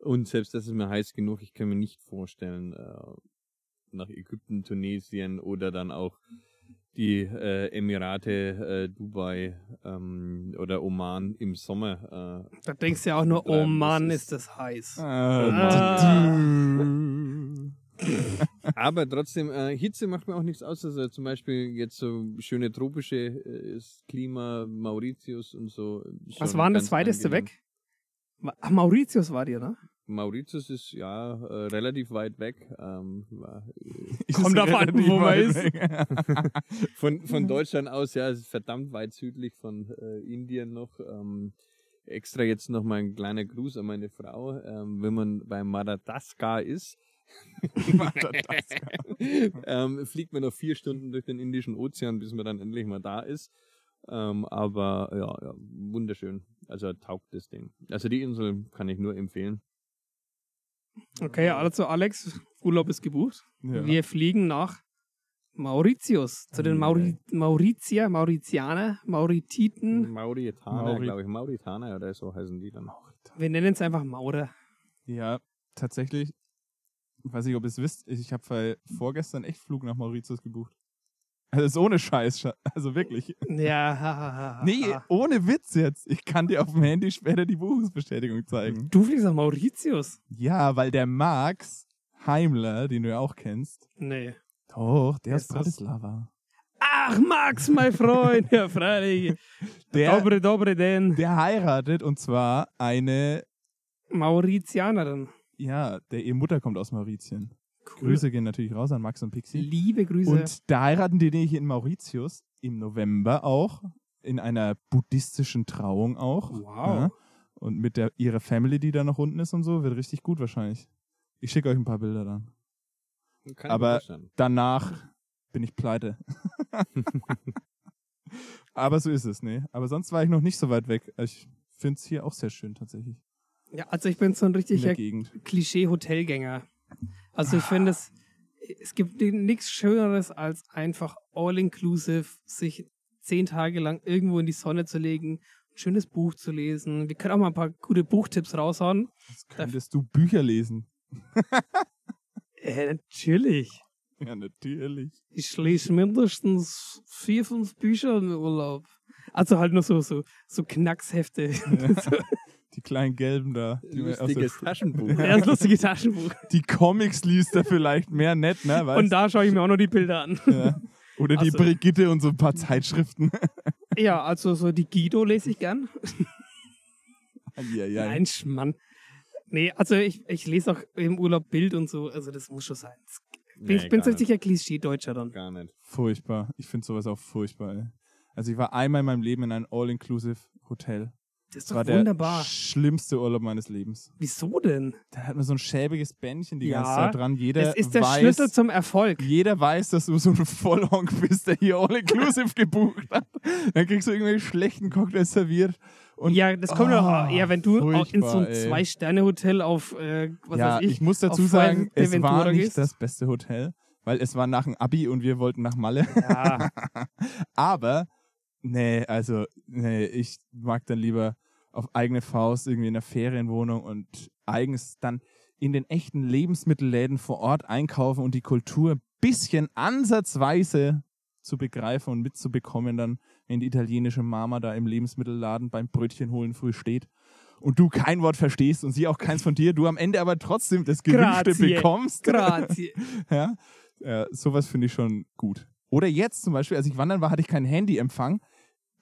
Speaker 3: Und selbst das ist mir heiß genug. Ich kann mir nicht vorstellen, äh, nach Ägypten, Tunesien oder dann auch die äh, Emirate, äh, Dubai ähm, oder Oman im Sommer äh,
Speaker 1: Da denkst du ja auch nur, oh
Speaker 3: Bleiben, das
Speaker 1: Mann,
Speaker 3: ist-
Speaker 1: ist das heiß.
Speaker 2: Oh Ähm,
Speaker 3: Aber trotzdem, äh, Hitze macht mir auch nichts aus. Also zum Beispiel jetzt so schöne tropische äh, das Klima, Mauritius und so.
Speaker 1: Was war denn das weiteste weg? Ma- Ach, Mauritius war dir, ne?
Speaker 3: Mauritius ist ja äh, relativ weit weg. Ähm, war, äh,
Speaker 1: Kommt davon an, wo man ist. Mhm.
Speaker 3: von, von Deutschland aus, ja, es ist verdammt weit südlich von äh, Indien noch. Ähm, extra jetzt nochmal ein kleiner Gruß an meine Frau. Ähm, wenn man bei Madagaskar ist, ähm, fliegt man noch vier Stunden durch den Indischen Ozean, bis man dann endlich mal da ist. Ähm, aber ja, ja, wunderschön. Also taugt das Ding. Also die Insel kann ich nur empfehlen.
Speaker 1: Okay, also Alex, Urlaub ist gebucht.
Speaker 2: Ähm. Ja.
Speaker 1: Wir fliegen nach Mauritius, zu den Mauri Mauritier, Mauritianer, Maurititen.
Speaker 3: Mauritaner,
Speaker 2: Mauri-
Speaker 3: glaube ich. Mauritaner oder so heißen die dann.
Speaker 1: Wir nennen es einfach Maurer.
Speaker 2: Ja, tatsächlich. Weiß nicht, ob ihr es wisst, ich habe vorgestern echt Flug nach Mauritius gebucht. Also ist ohne Scheiß, scha- also wirklich.
Speaker 1: Ja, ha, ha, ha, ha.
Speaker 2: Nee, ohne Witz jetzt. Ich kann dir auf dem Handy später die Buchungsbestätigung zeigen.
Speaker 1: Du fliegst nach Mauritius?
Speaker 2: Ja, weil der Max Heimler, den du ja auch kennst,
Speaker 1: Nee.
Speaker 2: doch, der ist
Speaker 1: ist aus-
Speaker 2: Bratislava.
Speaker 1: Ach, Max, mein Freund, ja, freilich.
Speaker 2: Der,
Speaker 1: Dobre, dobre, denn
Speaker 2: der heiratet und zwar eine,
Speaker 1: Mauritianerin.
Speaker 2: ja, der, ihre Mutter kommt aus Mauritius.
Speaker 1: Cool.
Speaker 2: Grüße gehen natürlich raus an Max und Pixie.
Speaker 1: Liebe Grüße.
Speaker 2: Und da heiraten die nämlich in Mauritius im November auch, in einer buddhistischen Trauung auch. ne?
Speaker 1: Wow.
Speaker 2: Und mit der, ihrer Family, die da noch unten ist und so, wird richtig gut wahrscheinlich. Ich schicke euch ein paar Bilder dann.
Speaker 3: Kann ich
Speaker 2: Aber-
Speaker 3: mir vorstellen.
Speaker 2: Danach bin ich pleite. Aber so ist es, ne? Aber sonst war ich noch nicht so weit weg. Ich finde es hier auch sehr schön tatsächlich.
Speaker 1: ja, also ich bin so ein
Speaker 2: In der
Speaker 1: richtiger
Speaker 2: Gegend.
Speaker 1: Klischee-Hotelgänger. Also ich finde es, es gibt nichts Schöneres als einfach all-inclusive, sich zehn Tage lang irgendwo in die Sonne zu legen, ein schönes Buch zu lesen. Wir können auch mal ein paar gute Buchtipps raushauen.
Speaker 2: Jetzt könntest du Bücher lesen.
Speaker 1: Äh, natürlich.
Speaker 2: Ja, natürlich.
Speaker 1: Ich lese mindestens vier, fünf Bücher im Urlaub. Also halt nur so, so, so Knackshefte.
Speaker 2: Die kleinen Gelben da. Die, man- also,
Speaker 3: Lustiges Taschenbuch.
Speaker 1: Ja, das lustige Taschenbuch.
Speaker 2: die Comics liest er vielleicht mehr nett, ne? Weißt?
Speaker 1: Und da schaue ich mir auch noch die Bilder an.
Speaker 2: Ja. Oder die
Speaker 1: Ach so.
Speaker 2: Brigitte und so ein paar Zeitschriften.
Speaker 1: Ja, also so die Guido lese ich gern.
Speaker 2: Eieiei.
Speaker 1: Nein, Schmann. Nee, also ich, ich lese auch im Urlaub Bild und so. Also das muss schon sein.
Speaker 3: Nee,
Speaker 1: ich bin
Speaker 3: gar
Speaker 1: so
Speaker 3: nicht.
Speaker 1: richtiger Klischee-Deutscher dann.
Speaker 3: Gar nicht.
Speaker 2: Furchtbar. Ich finde sowas auch furchtbar. Ey. Also ich war einmal in meinem Leben in einem All-Inclusive Hotel.
Speaker 1: Das ist
Speaker 2: Das war
Speaker 1: doch
Speaker 2: der
Speaker 1: wunderbar.
Speaker 2: schlimmste Urlaub meines Lebens.
Speaker 1: Wieso denn?
Speaker 2: Da hat man so ein schäbiges Bändchen die
Speaker 1: Ja,
Speaker 2: ganze Zeit dran. Jeder
Speaker 1: das ist der
Speaker 2: weiß,
Speaker 1: Schlüssel zum Erfolg.
Speaker 2: jeder weiß, dass du so ein Vollhonk bist, der hier All-Inclusive gebucht hat. Dann kriegst du irgendwelche schlechten Cocktails serviert. Und
Speaker 1: Ja, das kommt doch
Speaker 2: Ah,
Speaker 1: auch eher, wenn du auch in so
Speaker 2: furchtbar,
Speaker 1: ein
Speaker 2: ey.
Speaker 1: Zwei-Sterne-Hotel auf, äh, was
Speaker 2: ja,
Speaker 1: weiß ich,
Speaker 2: muss dazu
Speaker 1: auf
Speaker 2: sagen, es
Speaker 1: Fuerteventura
Speaker 2: war nicht
Speaker 1: gehst.
Speaker 2: das beste Hotel, weil es war nach dem Abi und wir wollten nach Malle.
Speaker 1: Ja,
Speaker 2: Aber, nee, also, nee, ich mag dann lieber auf eigene Faust irgendwie in einer Ferienwohnung und eigens dann in den echten Lebensmittelläden vor Ort einkaufen und die Kultur ein bisschen ansatzweise zu begreifen und mitzubekommen, dann, wenn die italienische Mama da im Lebensmittelladen beim Brötchen holen früh steht und du kein Wort verstehst und sie auch keins von dir, du am Ende aber trotzdem das Gewünschte
Speaker 1: Grazie.
Speaker 2: bekommst.
Speaker 1: grazie.
Speaker 2: Ja, ja sowas finde ich schon gut. Oder jetzt zum Beispiel, als ich wandern war, hatte ich keinen Handyempfang.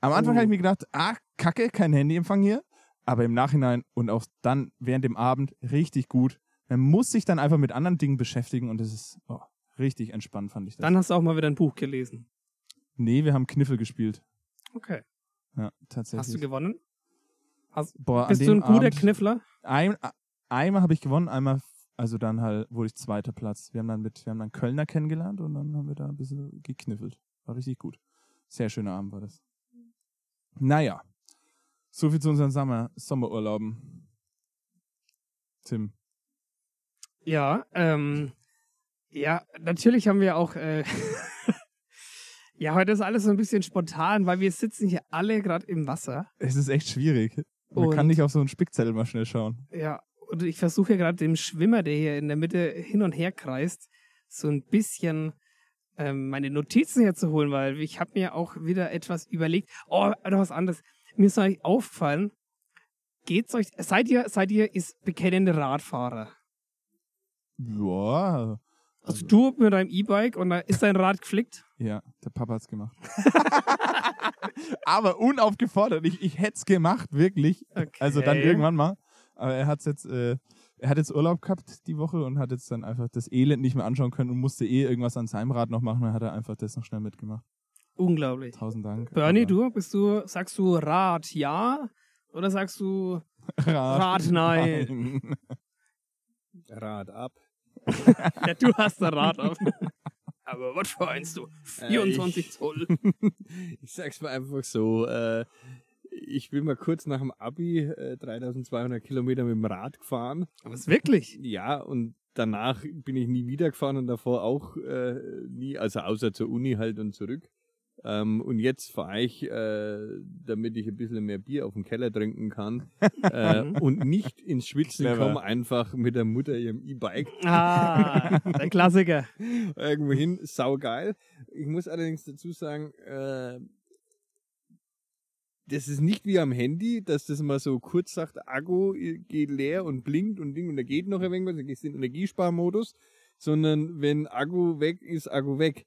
Speaker 2: Am Anfang
Speaker 1: Oh.
Speaker 2: habe ich mir gedacht, ah, kacke, kein Handyempfang hier. Aber im Nachhinein und auch dann während dem Abend richtig gut. Man muss sich dann einfach mit anderen Dingen beschäftigen und es ist oh, richtig entspannt, fand ich das.
Speaker 1: Dann hast du auch mal wieder ein Buch gelesen.
Speaker 2: nee, wir haben Kniffel gespielt.
Speaker 1: Okay.
Speaker 2: Ja, tatsächlich.
Speaker 1: Hast du gewonnen?
Speaker 2: Boah, an
Speaker 1: Bist du ein
Speaker 2: dem
Speaker 1: guter
Speaker 2: Abend,
Speaker 1: Kniffler?
Speaker 2: Ein, einmal habe ich gewonnen, einmal, also dann halt wurde ich zweiter Platz. Wir haben dann mit, wir haben dann Kölner kennengelernt und dann haben wir da ein bisschen gekniffelt. War richtig gut. Sehr schöner Abend war das. Naja. So viel zu unseren Sommer, Sommerurlauben. Tim.
Speaker 1: Ja, ähm, ja, natürlich haben wir auch, äh, ja, heute ist alles so ein bisschen spontan, weil wir sitzen hier alle gerade im Wasser.
Speaker 2: Es ist echt schwierig. Man
Speaker 1: Und-
Speaker 2: kann nicht auf so einen Spickzettel mal schnell schauen.
Speaker 1: Ja, und ich versuche gerade dem Schwimmer, der hier in der Mitte hin und her kreist, so ein bisschen ähm, meine Notizen herzuholen, weil ich habe mir auch wieder etwas überlegt. Oh, noch was anderes. Mir ist euch auffallen, geht's euch, seid ihr, seid ihr ist bekennende Radfahrer?
Speaker 2: Ja.
Speaker 1: Also du mit deinem E-Bike und da ist dein Rad geflickt?
Speaker 2: Ja, der Papa hat's gemacht. Aber unaufgefordert. Ich, ich hätte es gemacht, wirklich. Also dann
Speaker 1: Okay.
Speaker 2: irgendwann mal. Aber er hat es jetzt äh, er hat jetzt Urlaub gehabt die Woche und hat jetzt dann einfach das Elend nicht mehr anschauen können und musste eh irgendwas an seinem Rad noch machen. Dann hat er einfach das noch schnell mitgemacht.
Speaker 1: Unglaublich.
Speaker 2: Tausend Dank.
Speaker 1: Bernie,
Speaker 2: Aber-
Speaker 1: du, bist du, sagst du Rad ja oder sagst du Rad nein?
Speaker 2: nein.
Speaker 3: Rad ab.
Speaker 1: Ja, du hast ein Rad auf. Äh, Aber was für eins du? 24
Speaker 3: ich-
Speaker 1: Zoll.
Speaker 3: Ich sag's mal einfach so. Äh, ich bin mal kurz nach dem Abi äh, 3200 Kilometer mit dem Rad gefahren.
Speaker 1: Aber es ist wirklich.
Speaker 3: Ja, und danach bin ich nie wieder gefahren und davor auch äh, nie, also außer zur Uni halt und zurück. Ähm, und jetzt fahre ich, äh, damit ich ein bisschen mehr Bier auf dem Keller trinken kann äh, und nicht ins Schwitzen
Speaker 2: Clever.
Speaker 3: komme, einfach mit der Mutter ihrem E-Bike
Speaker 1: Ah, der Klassiker.
Speaker 3: irgendwo hin. Saugeil. Ich muss allerdings dazu sagen, äh, das ist nicht wie am Handy, dass das mal so kurz sagt, Akku äh, geht leer und blinkt und Ding und da geht noch irgendwas, da gehst du in den Energiesparmodus, sondern wenn Akku weg ist, Akku weg.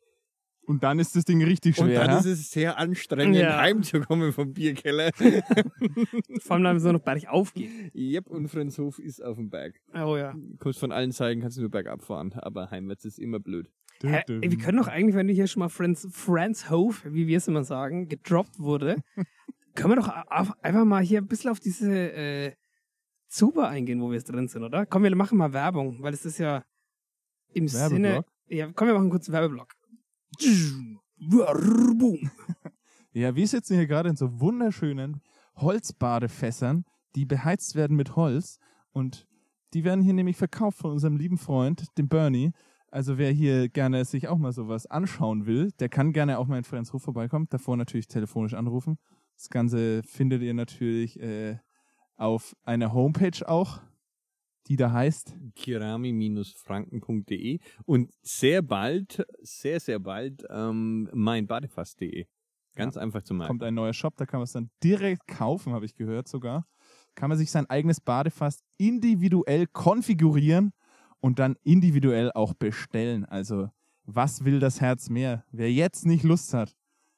Speaker 2: Und dann ist das Ding richtig
Speaker 3: Und
Speaker 2: schwer.
Speaker 3: dann
Speaker 2: hä?
Speaker 3: ist es sehr anstrengend,
Speaker 1: Ja.
Speaker 3: heimzukommen vom Bierkeller.
Speaker 1: Vor allem, wenn es noch bergauf aufgeht.
Speaker 3: Jep, und Franzhof ist auf dem Berg.
Speaker 1: Oh ja.
Speaker 3: Kommst von allen Seiten, kannst du nur bergab fahren, aber heimwärts ist immer blöd.
Speaker 1: Hä, ey, wir können doch eigentlich, wenn du hier schon mal Franz, Franz Hof, wie wir es immer sagen, gedroppt wurde, können wir doch auf, einfach mal hier ein bisschen auf diese äh, Zuber eingehen, wo wir jetzt drin sind, oder? Komm, wir machen mal Werbung, weil es ist ja im Sinne.
Speaker 2: Werbeblock?
Speaker 1: Ja, komm, wir machen kurz einen Werbeblock. Werbung.
Speaker 2: Ja, wir sitzen hier gerade in so wunderschönen Holzbadefässern, die beheizt werden mit Holz. Und die werden hier nämlich verkauft von unserem lieben Freund, dem Bernie. Also wer hier gerne sich auch mal sowas anschauen will, der kann gerne auch mal in Franz Hof vorbeikommen. Davor natürlich telefonisch anrufen. Das Ganze findet ihr natürlich äh, auf einer Homepage auch, die da heißt.
Speaker 3: kirami-franken.de und sehr bald, sehr, sehr bald ähm, meinbadefass.de. Ganz einfach zu merken.
Speaker 2: kommt ein neuer Shop, da kann man es dann direkt kaufen, habe ich gehört sogar. Kann man sich sein eigenes Badefass individuell konfigurieren und dann individuell auch bestellen. Also, was will das Herz mehr? Wer jetzt nicht Lust hat,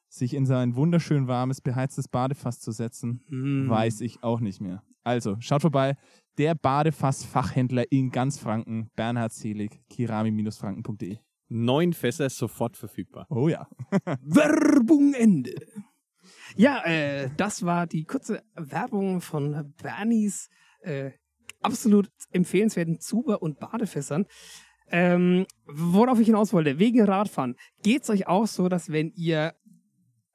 Speaker 2: sich in sein wunderschön warmes, beheiztes Badefass zu setzen, weiß ich auch nicht mehr. Also, schaut vorbei. Der Badefass-Fachhändler in ganz Franken, Bernhard Selig, kirami-franken.de.
Speaker 3: Neun Fässer sofort verfügbar.
Speaker 2: Oh ja.
Speaker 1: Werbung Ende. Ja, äh, das war die kurze Werbung von Bernies äh, absolut empfehlenswerten Zuber- und Badefässern. Ähm, worauf ich hinaus wollte, wegen Radfahren. Geht's euch auch so, dass wenn ihr,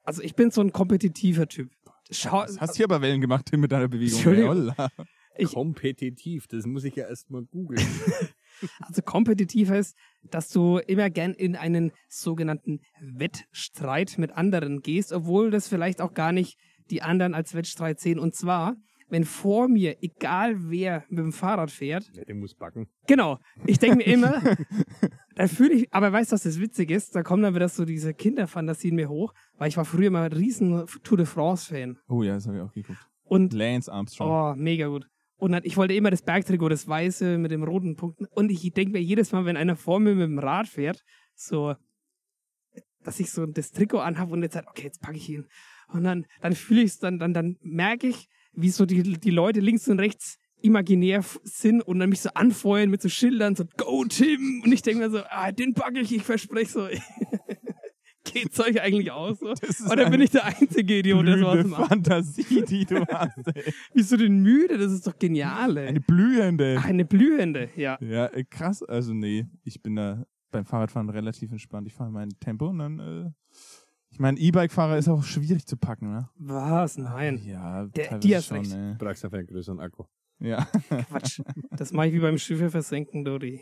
Speaker 1: also ich bin so ein kompetitiver Typ. Schau,
Speaker 2: Das hast du hier aber Wellen gemacht, Tim, mit deiner Bewegung.
Speaker 1: Entschuldigung.
Speaker 2: Holla.
Speaker 1: Ich-
Speaker 3: Kompetitiv, das muss ich ja erstmal googeln.
Speaker 1: also kompetitiv ist, dass du immer gern in einen sogenannten Wettstreit mit anderen gehst, obwohl das vielleicht auch gar nicht die anderen als Wettstreit sehen. Und zwar, wenn vor mir, egal wer mit dem Fahrrad fährt,
Speaker 3: ja, der muss backen.
Speaker 1: genau, ich denke mir immer, da fühle ich, aber weißt du, was das witzig ist? Da kommen dann wieder so diese Kinderfantasien mir hoch, weil ich war früher mal ein riesen Tour de France-Fan.
Speaker 2: Oh ja, das habe ich auch geguckt.
Speaker 1: Und
Speaker 2: Lance Armstrong.
Speaker 1: Oh, mega gut. Und dann, ich wollte immer das Bergtrikot, das weiße mit dem roten Punkten. Und ich denke mir jedes Mal, wenn einer vor mir mit dem Rad fährt, so, dass ich so das Trikot anhabe und jetzt halt, okay, jetzt packe ich ihn. Und dann, dann fühle ich es, dann, dann, dann merke ich, wie so die, die Leute links und rechts imaginär f- sind und dann mich so anfeuern mit so Schildern, so, go Tim! Und ich denke mir so, ah, den packe ich, ich verspreche so. Geht's euch eigentlich auch so?
Speaker 2: Das ist
Speaker 1: Oder bin
Speaker 2: eine
Speaker 1: ich der einzige Idiot, der sowas
Speaker 2: blühende
Speaker 1: macht?
Speaker 2: Fantasie, die du hast. Ey.
Speaker 1: Wieso denn müde? Das ist doch genial, ey.
Speaker 2: Eine blühende.
Speaker 1: Ach, eine blühende, ja.
Speaker 2: Ja, äh, krass. Also nee, ich bin da beim Fahrradfahren relativ entspannt. Ich fahre mein Tempo und dann, äh, ich meine, E-Bike-Fahrer ist auch schwierig zu packen, ne?
Speaker 1: Was? Nein.
Speaker 2: Ja,
Speaker 1: Der-
Speaker 2: teilweise
Speaker 1: die hast
Speaker 2: schon,
Speaker 1: recht.
Speaker 2: ey.
Speaker 3: Du brauchst einfach einen größeren Akku.
Speaker 2: Ja.
Speaker 1: Quatsch. Das mache ich wie beim Schiffe versenken, Dodi.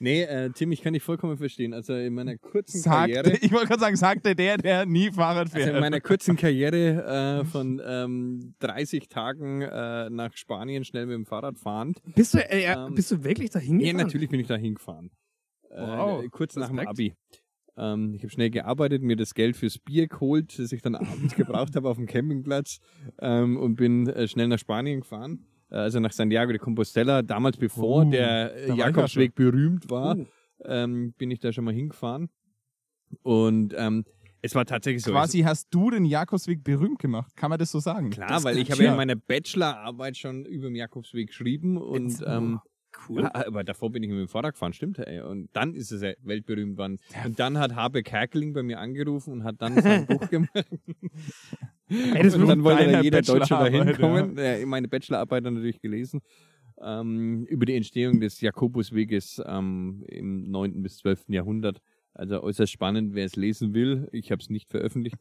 Speaker 3: Nee, äh, Tim, ich kann dich vollkommen verstehen. Also in meiner kurzen
Speaker 2: Sagte,
Speaker 3: Karriere.
Speaker 2: ich wollte gerade sagen, sagte der, der nie Fahrrad
Speaker 3: Also
Speaker 2: fährt.
Speaker 3: in meiner kurzen Karriere äh, von ähm, 30 Tagen äh, nach Spanien schnell mit dem Fahrrad fahrend
Speaker 1: Bist du, äh,
Speaker 3: Ähm,
Speaker 1: bist du wirklich dahin
Speaker 3: Ja,
Speaker 1: gefahren?
Speaker 3: natürlich bin ich da hingefahren.
Speaker 1: Wow,
Speaker 3: äh, kurz nach dem
Speaker 1: Respekt.
Speaker 3: Abi. Ähm, ich habe schnell gearbeitet, mir das Geld fürs Bier geholt, das ich dann abends gebraucht habe auf dem Campingplatz ähm, und bin äh, schnell nach Spanien gefahren. Äh, also nach Santiago de Compostela, damals bevor
Speaker 2: Uh,
Speaker 3: der äh,
Speaker 2: da war ich
Speaker 3: Jakobsweg berühmt war,
Speaker 1: Uh.
Speaker 3: ähm, bin ich da schon mal hingefahren. Und ähm, es war tatsächlich so.
Speaker 2: Quasi hast du den Jakobsweg berühmt gemacht. Kann man das so sagen?
Speaker 3: Klar,
Speaker 2: Das
Speaker 3: weil ich
Speaker 2: kann-
Speaker 3: habe ja
Speaker 2: ja.
Speaker 3: in meiner Bachelorarbeit schon über den Jakobsweg geschrieben und
Speaker 1: Jetzt- oh.
Speaker 3: ähm,
Speaker 1: cool.
Speaker 3: Ah, aber davor bin ich mit dem Fahrrad gefahren, stimmt. Ey. Und dann ist es ja weltberühmt worden. Und dann hat Habe Kerkeling bei mir angerufen und hat dann sein Buch gemacht.
Speaker 1: Ey, das
Speaker 3: und
Speaker 1: wird-
Speaker 3: dann wollte ja
Speaker 2: deiner
Speaker 3: jeder Deutsche da
Speaker 2: Bachelorarbeit,
Speaker 3: hinkommen. Äh, Meine Bachelorarbeit dann natürlich gelesen. Ähm, über die Entstehung des Jakobusweges ähm, im 9. bis 12. Jahrhundert. Also äußerst spannend, wer es lesen will. Ich habe es nicht veröffentlicht.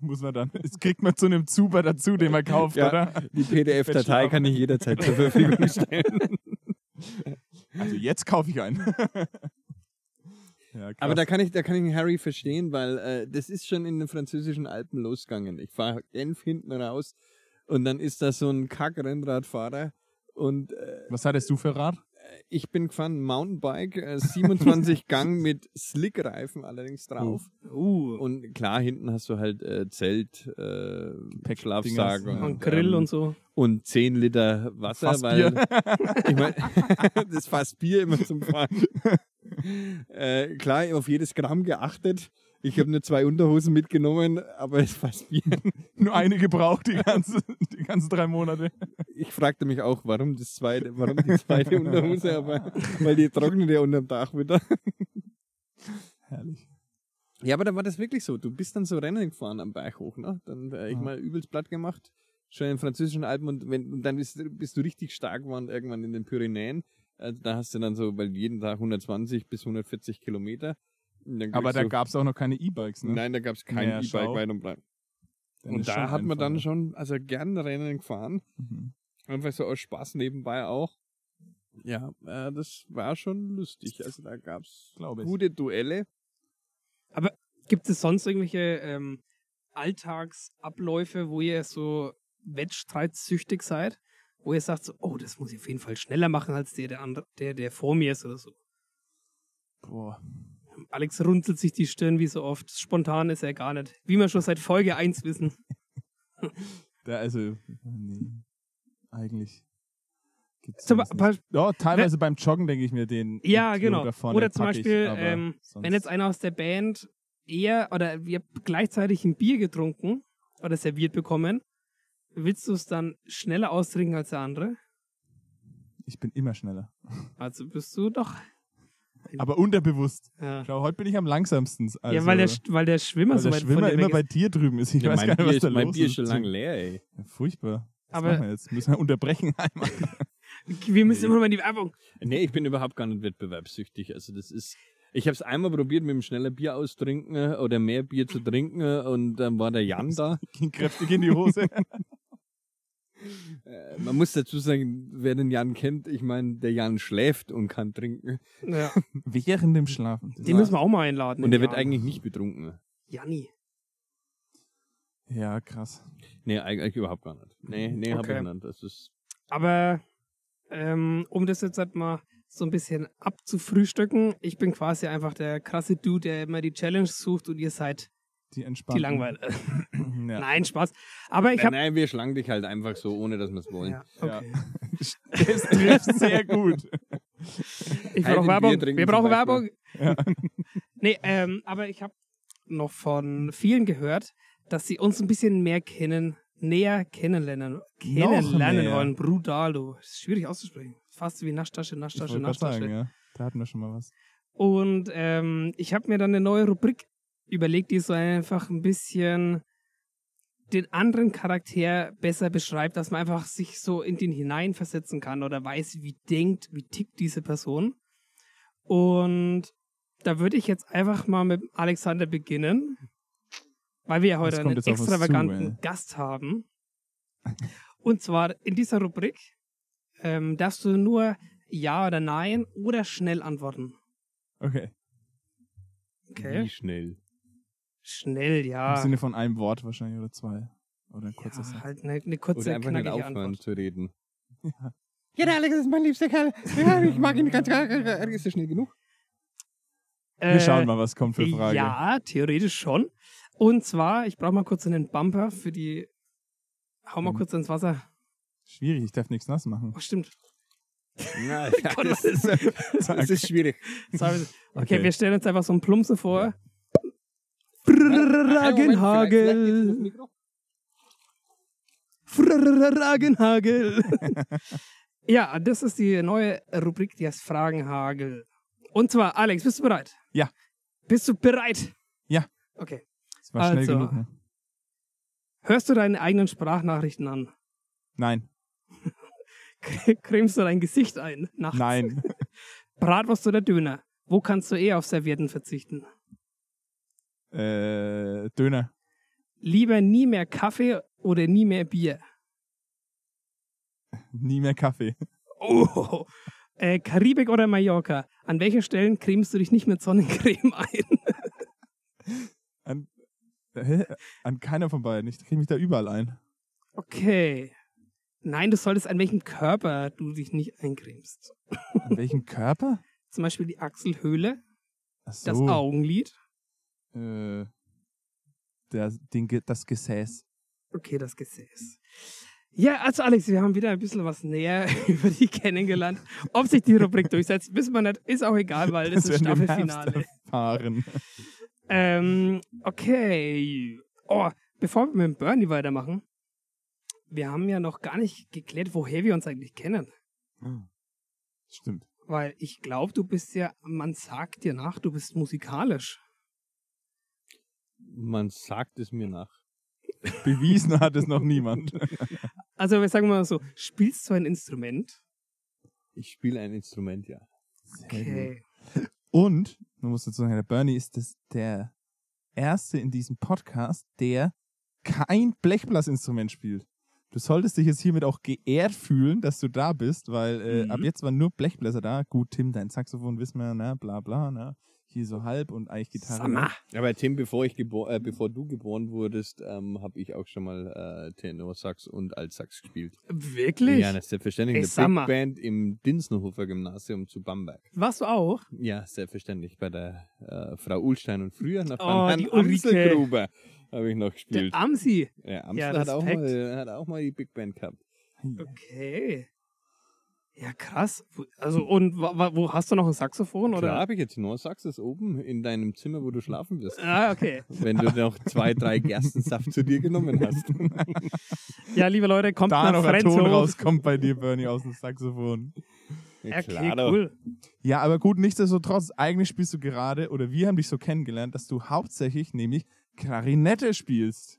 Speaker 2: Muss man dann. Das kriegt man zu einem Zuber dazu, den man kauft,
Speaker 3: Ja.
Speaker 2: oder?
Speaker 3: Die PDF-Datei kann ich jederzeit zur Verfügung stellen.
Speaker 2: Also jetzt kaufe ich einen. ja, krass.
Speaker 3: Aber da kann ich, da kann ich den Harry verstehen, weil äh, das ist schon in den französischen Alpen losgegangen. Ich fahre Genf hinten raus und dann ist da so ein Kack-Rennradfahrer und äh,
Speaker 2: Was hattest du für Rad?
Speaker 3: ich bin gefahren Mountainbike, äh, 27 Gang mit Slickreifen allerdings drauf.
Speaker 1: Uh,
Speaker 3: Und klar, hinten hast du halt äh, Zelt, äh,
Speaker 2: Pack-
Speaker 3: Schlafsack
Speaker 2: Dingers, ja.
Speaker 1: und Grill
Speaker 3: ähm,
Speaker 1: und so.
Speaker 3: und 10 Liter Wasser,
Speaker 2: Fassbier.
Speaker 3: weil ich mein, das Fass Bier immer zum Fahren. Äh, klar, ich hab auf jedes Gramm geachtet. Ich habe nur zwei Unterhosen mitgenommen, aber das Fass Bier.
Speaker 2: Nur eine gebraucht die, ganze, die ganzen drei Monate.
Speaker 3: Ich fragte mich auch, warum das zweite, warum die zweite Unterhose, aber weil die trocknet ja unterm Dach wieder.
Speaker 2: Herrlich.
Speaker 3: Ja, aber da war das wirklich so. Du bist dann so Rennen gefahren am Berg hoch, ne? Dann äh, ich
Speaker 2: Ja.
Speaker 3: mal übelst platt gemacht, schon in den französischen Alpen und, wenn, und dann bist, du- bist du richtig stark geworden irgendwann in den Pyrenäen. Äh, da hast du dann so, weil jeden Tag 120 bis 140 Kilometer. Und dann
Speaker 2: Aber
Speaker 3: kriegst
Speaker 2: da
Speaker 3: du,
Speaker 2: gab es auch noch keine E-Bikes, ne?
Speaker 3: nein, da gab's kein
Speaker 2: Ja,
Speaker 3: E-Bike
Speaker 2: schau.
Speaker 3: weit und breit.
Speaker 2: Dann
Speaker 3: und
Speaker 2: ist
Speaker 3: da hat man
Speaker 2: einfach-
Speaker 3: dann schon also gern Rennen gefahren,
Speaker 2: Mhm.
Speaker 3: einfach so aus Spaß nebenbei auch. Ja, äh, das war schon lustig. Also da gab's
Speaker 2: Glaube ich.
Speaker 3: gute Duelle.
Speaker 1: Gibt es sonst irgendwelche ähm, Alltagsabläufe, wo ihr so wettstreitsüchtig seid? Wo ihr sagt so, oh, das muss ich auf jeden Fall schneller machen als der, der, andere, der, der vor mir ist oder so.
Speaker 2: Boah.
Speaker 1: Alex runzelt sich die Stirn wie so oft. Spontan ist er gar nicht. Wie wir schon seit Folge 1 wissen.
Speaker 2: Da, also, nee. Eigentlich. Ne? Gibt's
Speaker 1: Zum
Speaker 2: sowas nicht.
Speaker 1: Beispiel-
Speaker 2: ja, Oh, teilweise beim Joggen denke ich mir den.
Speaker 1: Ja,
Speaker 2: den
Speaker 1: genau.
Speaker 2: Kilo Da vorne
Speaker 1: Oder zum
Speaker 2: pack ich,
Speaker 1: Beispiel,
Speaker 2: aber
Speaker 1: ähm,
Speaker 2: sonst-
Speaker 1: Wenn jetzt einer aus der Band eher oder wir gleichzeitig ein Bier getrunken oder serviert bekommen, willst du es dann schneller austrinken als der andere?
Speaker 2: ich bin immer schneller.
Speaker 1: Also bist du doch. äh,
Speaker 2: Aber unterbewusst.
Speaker 1: Ja,
Speaker 2: Schau, heute bin ich am langsamsten. Also,
Speaker 1: ja weil, der, Sch- weil der Schwimmer
Speaker 2: weil
Speaker 1: so
Speaker 2: der
Speaker 1: weit
Speaker 2: Schwimmer
Speaker 1: von dir
Speaker 2: immer
Speaker 1: weg
Speaker 2: bei dir drüben ist. Ich
Speaker 3: Ne? Ja,
Speaker 2: weiß
Speaker 3: mein
Speaker 2: gar nicht,
Speaker 3: Bier
Speaker 2: was
Speaker 3: ist,
Speaker 2: da
Speaker 3: mein
Speaker 2: los
Speaker 3: Bier ist
Speaker 2: ist.
Speaker 3: schon lang leer, ey.
Speaker 2: Ja, furchtbar. Was
Speaker 1: Aber-
Speaker 2: machen wir jetzt? Müssen wir unterbrechen einmal.
Speaker 1: ist. Wir müssen immer mal in die Werbung.
Speaker 3: Nee, ich bin überhaupt gar nicht wettbewerbssüchtig. Also das ist, ich habe es einmal probiert mit dem schneller Bier austrinken äh, oder mehr Bier zu trinken äh, und dann war der Jan da.
Speaker 2: Ging kräftig in die Hose.
Speaker 3: Äh, Man muss dazu sagen, wer den Jan kennt, ich meine, der Jan schläft und kann trinken
Speaker 1: Ja,
Speaker 2: Während dem Schlafen.
Speaker 1: den müssen wir auch mal einladen.
Speaker 3: und
Speaker 1: den
Speaker 3: der wird
Speaker 1: Jan.
Speaker 3: eigentlich nicht betrunken.
Speaker 1: Janni.
Speaker 2: Ja, krass.
Speaker 3: Nee, eigentlich überhaupt gar nicht. Nee, nee, hab
Speaker 1: Okay.
Speaker 3: ich nicht. Das ist
Speaker 1: Aber ähm, um das jetzt halt mal so ein bisschen abzufrühstücken, ich bin quasi einfach der krasse Dude, der immer die Challenge sucht und ihr seid
Speaker 2: Die
Speaker 1: die
Speaker 2: entspannt.
Speaker 1: Langweile.
Speaker 2: Ja.
Speaker 1: Nein, Spaß. Aber ich
Speaker 3: Nein,
Speaker 1: habe.
Speaker 3: nein, wir schlagen dich halt einfach so, ohne dass wir es wollen.
Speaker 1: Ja, okay.
Speaker 2: Das trifft sehr gut.
Speaker 1: Ich
Speaker 3: Halt
Speaker 1: brauche
Speaker 3: ein Bier
Speaker 1: Werbung.
Speaker 3: trinken
Speaker 1: Wir brauchen
Speaker 3: zum Beispiel.
Speaker 1: Werbung. nee, ähm, aber ich habe noch von vielen gehört, dass sie uns ein bisschen mehr kennen, näher kennenlernen, kennenlernen
Speaker 2: näher.
Speaker 1: wollen. Brutal, du. Ist schwierig auszusprechen. Fast wie Naschtasche,
Speaker 2: Ich
Speaker 1: Naschtasche,
Speaker 2: wollte gerade
Speaker 1: Naschtasche.
Speaker 2: sagen, ja. Da hatten wir schon mal was.
Speaker 1: Und ähm, ich habe mir dann eine neue Rubrik überlegt, die so einfach ein bisschen den anderen Charakter besser beschreibt, dass man einfach sich so in den hineinversetzen kann oder weiß, wie denkt, wie tickt diese Person. Und da würde ich jetzt einfach mal mit Alexander beginnen, weil wir ja heute
Speaker 2: Das kommt
Speaker 1: einen
Speaker 2: jetzt auf uns zu,
Speaker 1: extravaganten
Speaker 2: ey.
Speaker 1: Gast haben. Und zwar in dieser Rubrik ähm, darfst du nur Ja oder Nein oder schnell antworten.
Speaker 2: Okay.
Speaker 1: Okay.
Speaker 3: Wie schnell.
Speaker 1: Schnell, ja.
Speaker 2: Im Sinne von einem Wort wahrscheinlich oder zwei. Oder ein kurzes.
Speaker 1: Ah. ja
Speaker 2: Satz.
Speaker 1: halt eine, eine
Speaker 3: Oder
Speaker 1: kurze,
Speaker 3: einfach nicht
Speaker 1: knackige
Speaker 3: aufhören
Speaker 1: Antwort.
Speaker 3: zu reden.
Speaker 2: Ja.
Speaker 3: Ja, der Alex ist mein liebster Kerl. Ja, ich mag ihn ganz gar Ist er schnell genug?
Speaker 2: Wir schauen mal, was kommt für Frage.
Speaker 1: Äh, Ja, theoretisch schon. Und zwar, ich brauche mal kurz einen Bumper für die. Hau mal
Speaker 2: Mhm.
Speaker 1: kurz ins Wasser.
Speaker 2: Schwierig, ich darf nichts nass machen.
Speaker 1: Oh, stimmt.
Speaker 3: Na, ja, das, ist, das ist schwierig.
Speaker 1: Sorry. Okay,
Speaker 2: Okay.
Speaker 1: wir stellen uns einfach so einen Plumpse vor.
Speaker 3: Ragenhagel.
Speaker 1: Fragenhagel. Ja, das ist die neue Rubrik, die heißt Fragenhagel. Und zwar, Alex, bist du bereit?
Speaker 2: Ja.
Speaker 1: Bist du bereit?
Speaker 2: Ja.
Speaker 1: Okay.
Speaker 2: Es war schnell
Speaker 1: Also.
Speaker 2: genug. Ne?
Speaker 1: Hörst du deine eigenen Sprachnachrichten an?
Speaker 2: Nein,
Speaker 1: Cremst du dein Gesicht ein? Nachts?
Speaker 2: nein.
Speaker 1: Bratwurst oder Döner? Wo kannst du eher auf Servietten verzichten?
Speaker 2: äh, Döner.
Speaker 1: Lieber nie mehr Kaffee oder nie mehr Bier?
Speaker 2: Nie mehr Kaffee.
Speaker 1: Oh. Äh, Karibik oder Mallorca? An welchen Stellen cremst du dich nicht mit Sonnencreme ein?
Speaker 2: Hä? An keiner von beiden. Ich kriege mich da überall ein.
Speaker 1: Okay. Nein, du solltest an welchem Körper du dich nicht eincremst.
Speaker 2: An welchem Körper?
Speaker 1: Zum Beispiel die Achselhöhle,
Speaker 2: Ach so.
Speaker 1: das Augenlid.
Speaker 2: Äh, der, den, Ge- das Gesäß.
Speaker 1: Okay, das Gesäß. Ja, also Alex, wir haben wieder ein bisschen was näher über die kennengelernt. Ob sich die Rubrik durchsetzt, wissen wir nicht. Ist auch egal, weil das, ist
Speaker 2: werden wir im Herbst
Speaker 1: Staffelfinale.
Speaker 2: erfahren.
Speaker 1: Ähm, okay. Oh, bevor wir mit dem Bernie weitermachen, wir haben ja noch gar nicht geklärt, woher wir uns eigentlich kennen.
Speaker 2: Stimmt.
Speaker 1: Weil ich glaube, du bist ja, man sagt dir nach, du bist musikalisch.
Speaker 3: Man sagt es mir nach.
Speaker 2: Bewiesen hat es noch niemand.
Speaker 1: Also wir sagen mal so, spielst du ein Instrument?
Speaker 3: Ich spiele ein Instrument, ja.
Speaker 1: Okay.
Speaker 2: Und, man muss dazu sagen, der Bernie ist das der Erste in diesem Podcast, der kein Blechblasinstrument spielt. Du solltest dich jetzt hiermit auch geehrt fühlen, dass du da bist, weil äh,
Speaker 1: Mhm.
Speaker 2: ab jetzt waren nur Blechbläser da. Gut, Tim, dein Saxophon wissen wir, ne, bla bla, ne. Hier so halb und eigentlich Gitarre.
Speaker 1: Sag mal.
Speaker 3: Aber Tim, bevor, ich gebo äh, bevor du geboren wurdest, ähm, habe ich auch schon mal äh, Tenorsax und Altsax gespielt.
Speaker 1: Wirklich?
Speaker 3: Ja, das ist selbstverständlich.
Speaker 1: Ey,
Speaker 3: Eine
Speaker 1: sag
Speaker 3: Big
Speaker 1: mal.
Speaker 3: Band im Dinsenhofer Gymnasium zu Bamberg.
Speaker 1: Warst du auch?
Speaker 3: Ja, selbstverständlich. Bei der äh, Frau Ulstein und früher noch
Speaker 1: Oh,
Speaker 3: beim
Speaker 1: die
Speaker 3: Herrn
Speaker 1: Ulrike.
Speaker 3: Amselgruber habe ich noch
Speaker 1: Der
Speaker 3: gespielt.
Speaker 1: Amsi.
Speaker 3: Ja, Amsel
Speaker 1: Ja,
Speaker 3: hat, auch
Speaker 1: Respekt.
Speaker 3: mal, hat auch mal die Big Band gehabt.
Speaker 1: Okay. Ja, krass. Wo- Also, und wa- wa- wo hast du noch ein Saxophon?
Speaker 3: Klar
Speaker 1: Oder?
Speaker 3: habe ich jetzt Tenorsax ist oben in deinem Zimmer, wo du schlafen wirst.
Speaker 1: Ah, okay.
Speaker 3: Wenn du noch zwei, drei Gerstensaft zu dir genommen hast.
Speaker 1: Ja, liebe Leute, kommt
Speaker 2: Da
Speaker 1: nach
Speaker 2: noch ein Ton
Speaker 1: Frenzow.
Speaker 2: rauskommt bei dir, Bernie, aus dem Saxophon.
Speaker 3: Ja,
Speaker 1: Okay,
Speaker 3: doch.
Speaker 1: cool.
Speaker 2: Ja, aber gut, nichtsdestotrotz, eigentlich spielst du gerade, oder wir haben dich so kennengelernt, dass du hauptsächlich nämlich Klarinette spielst.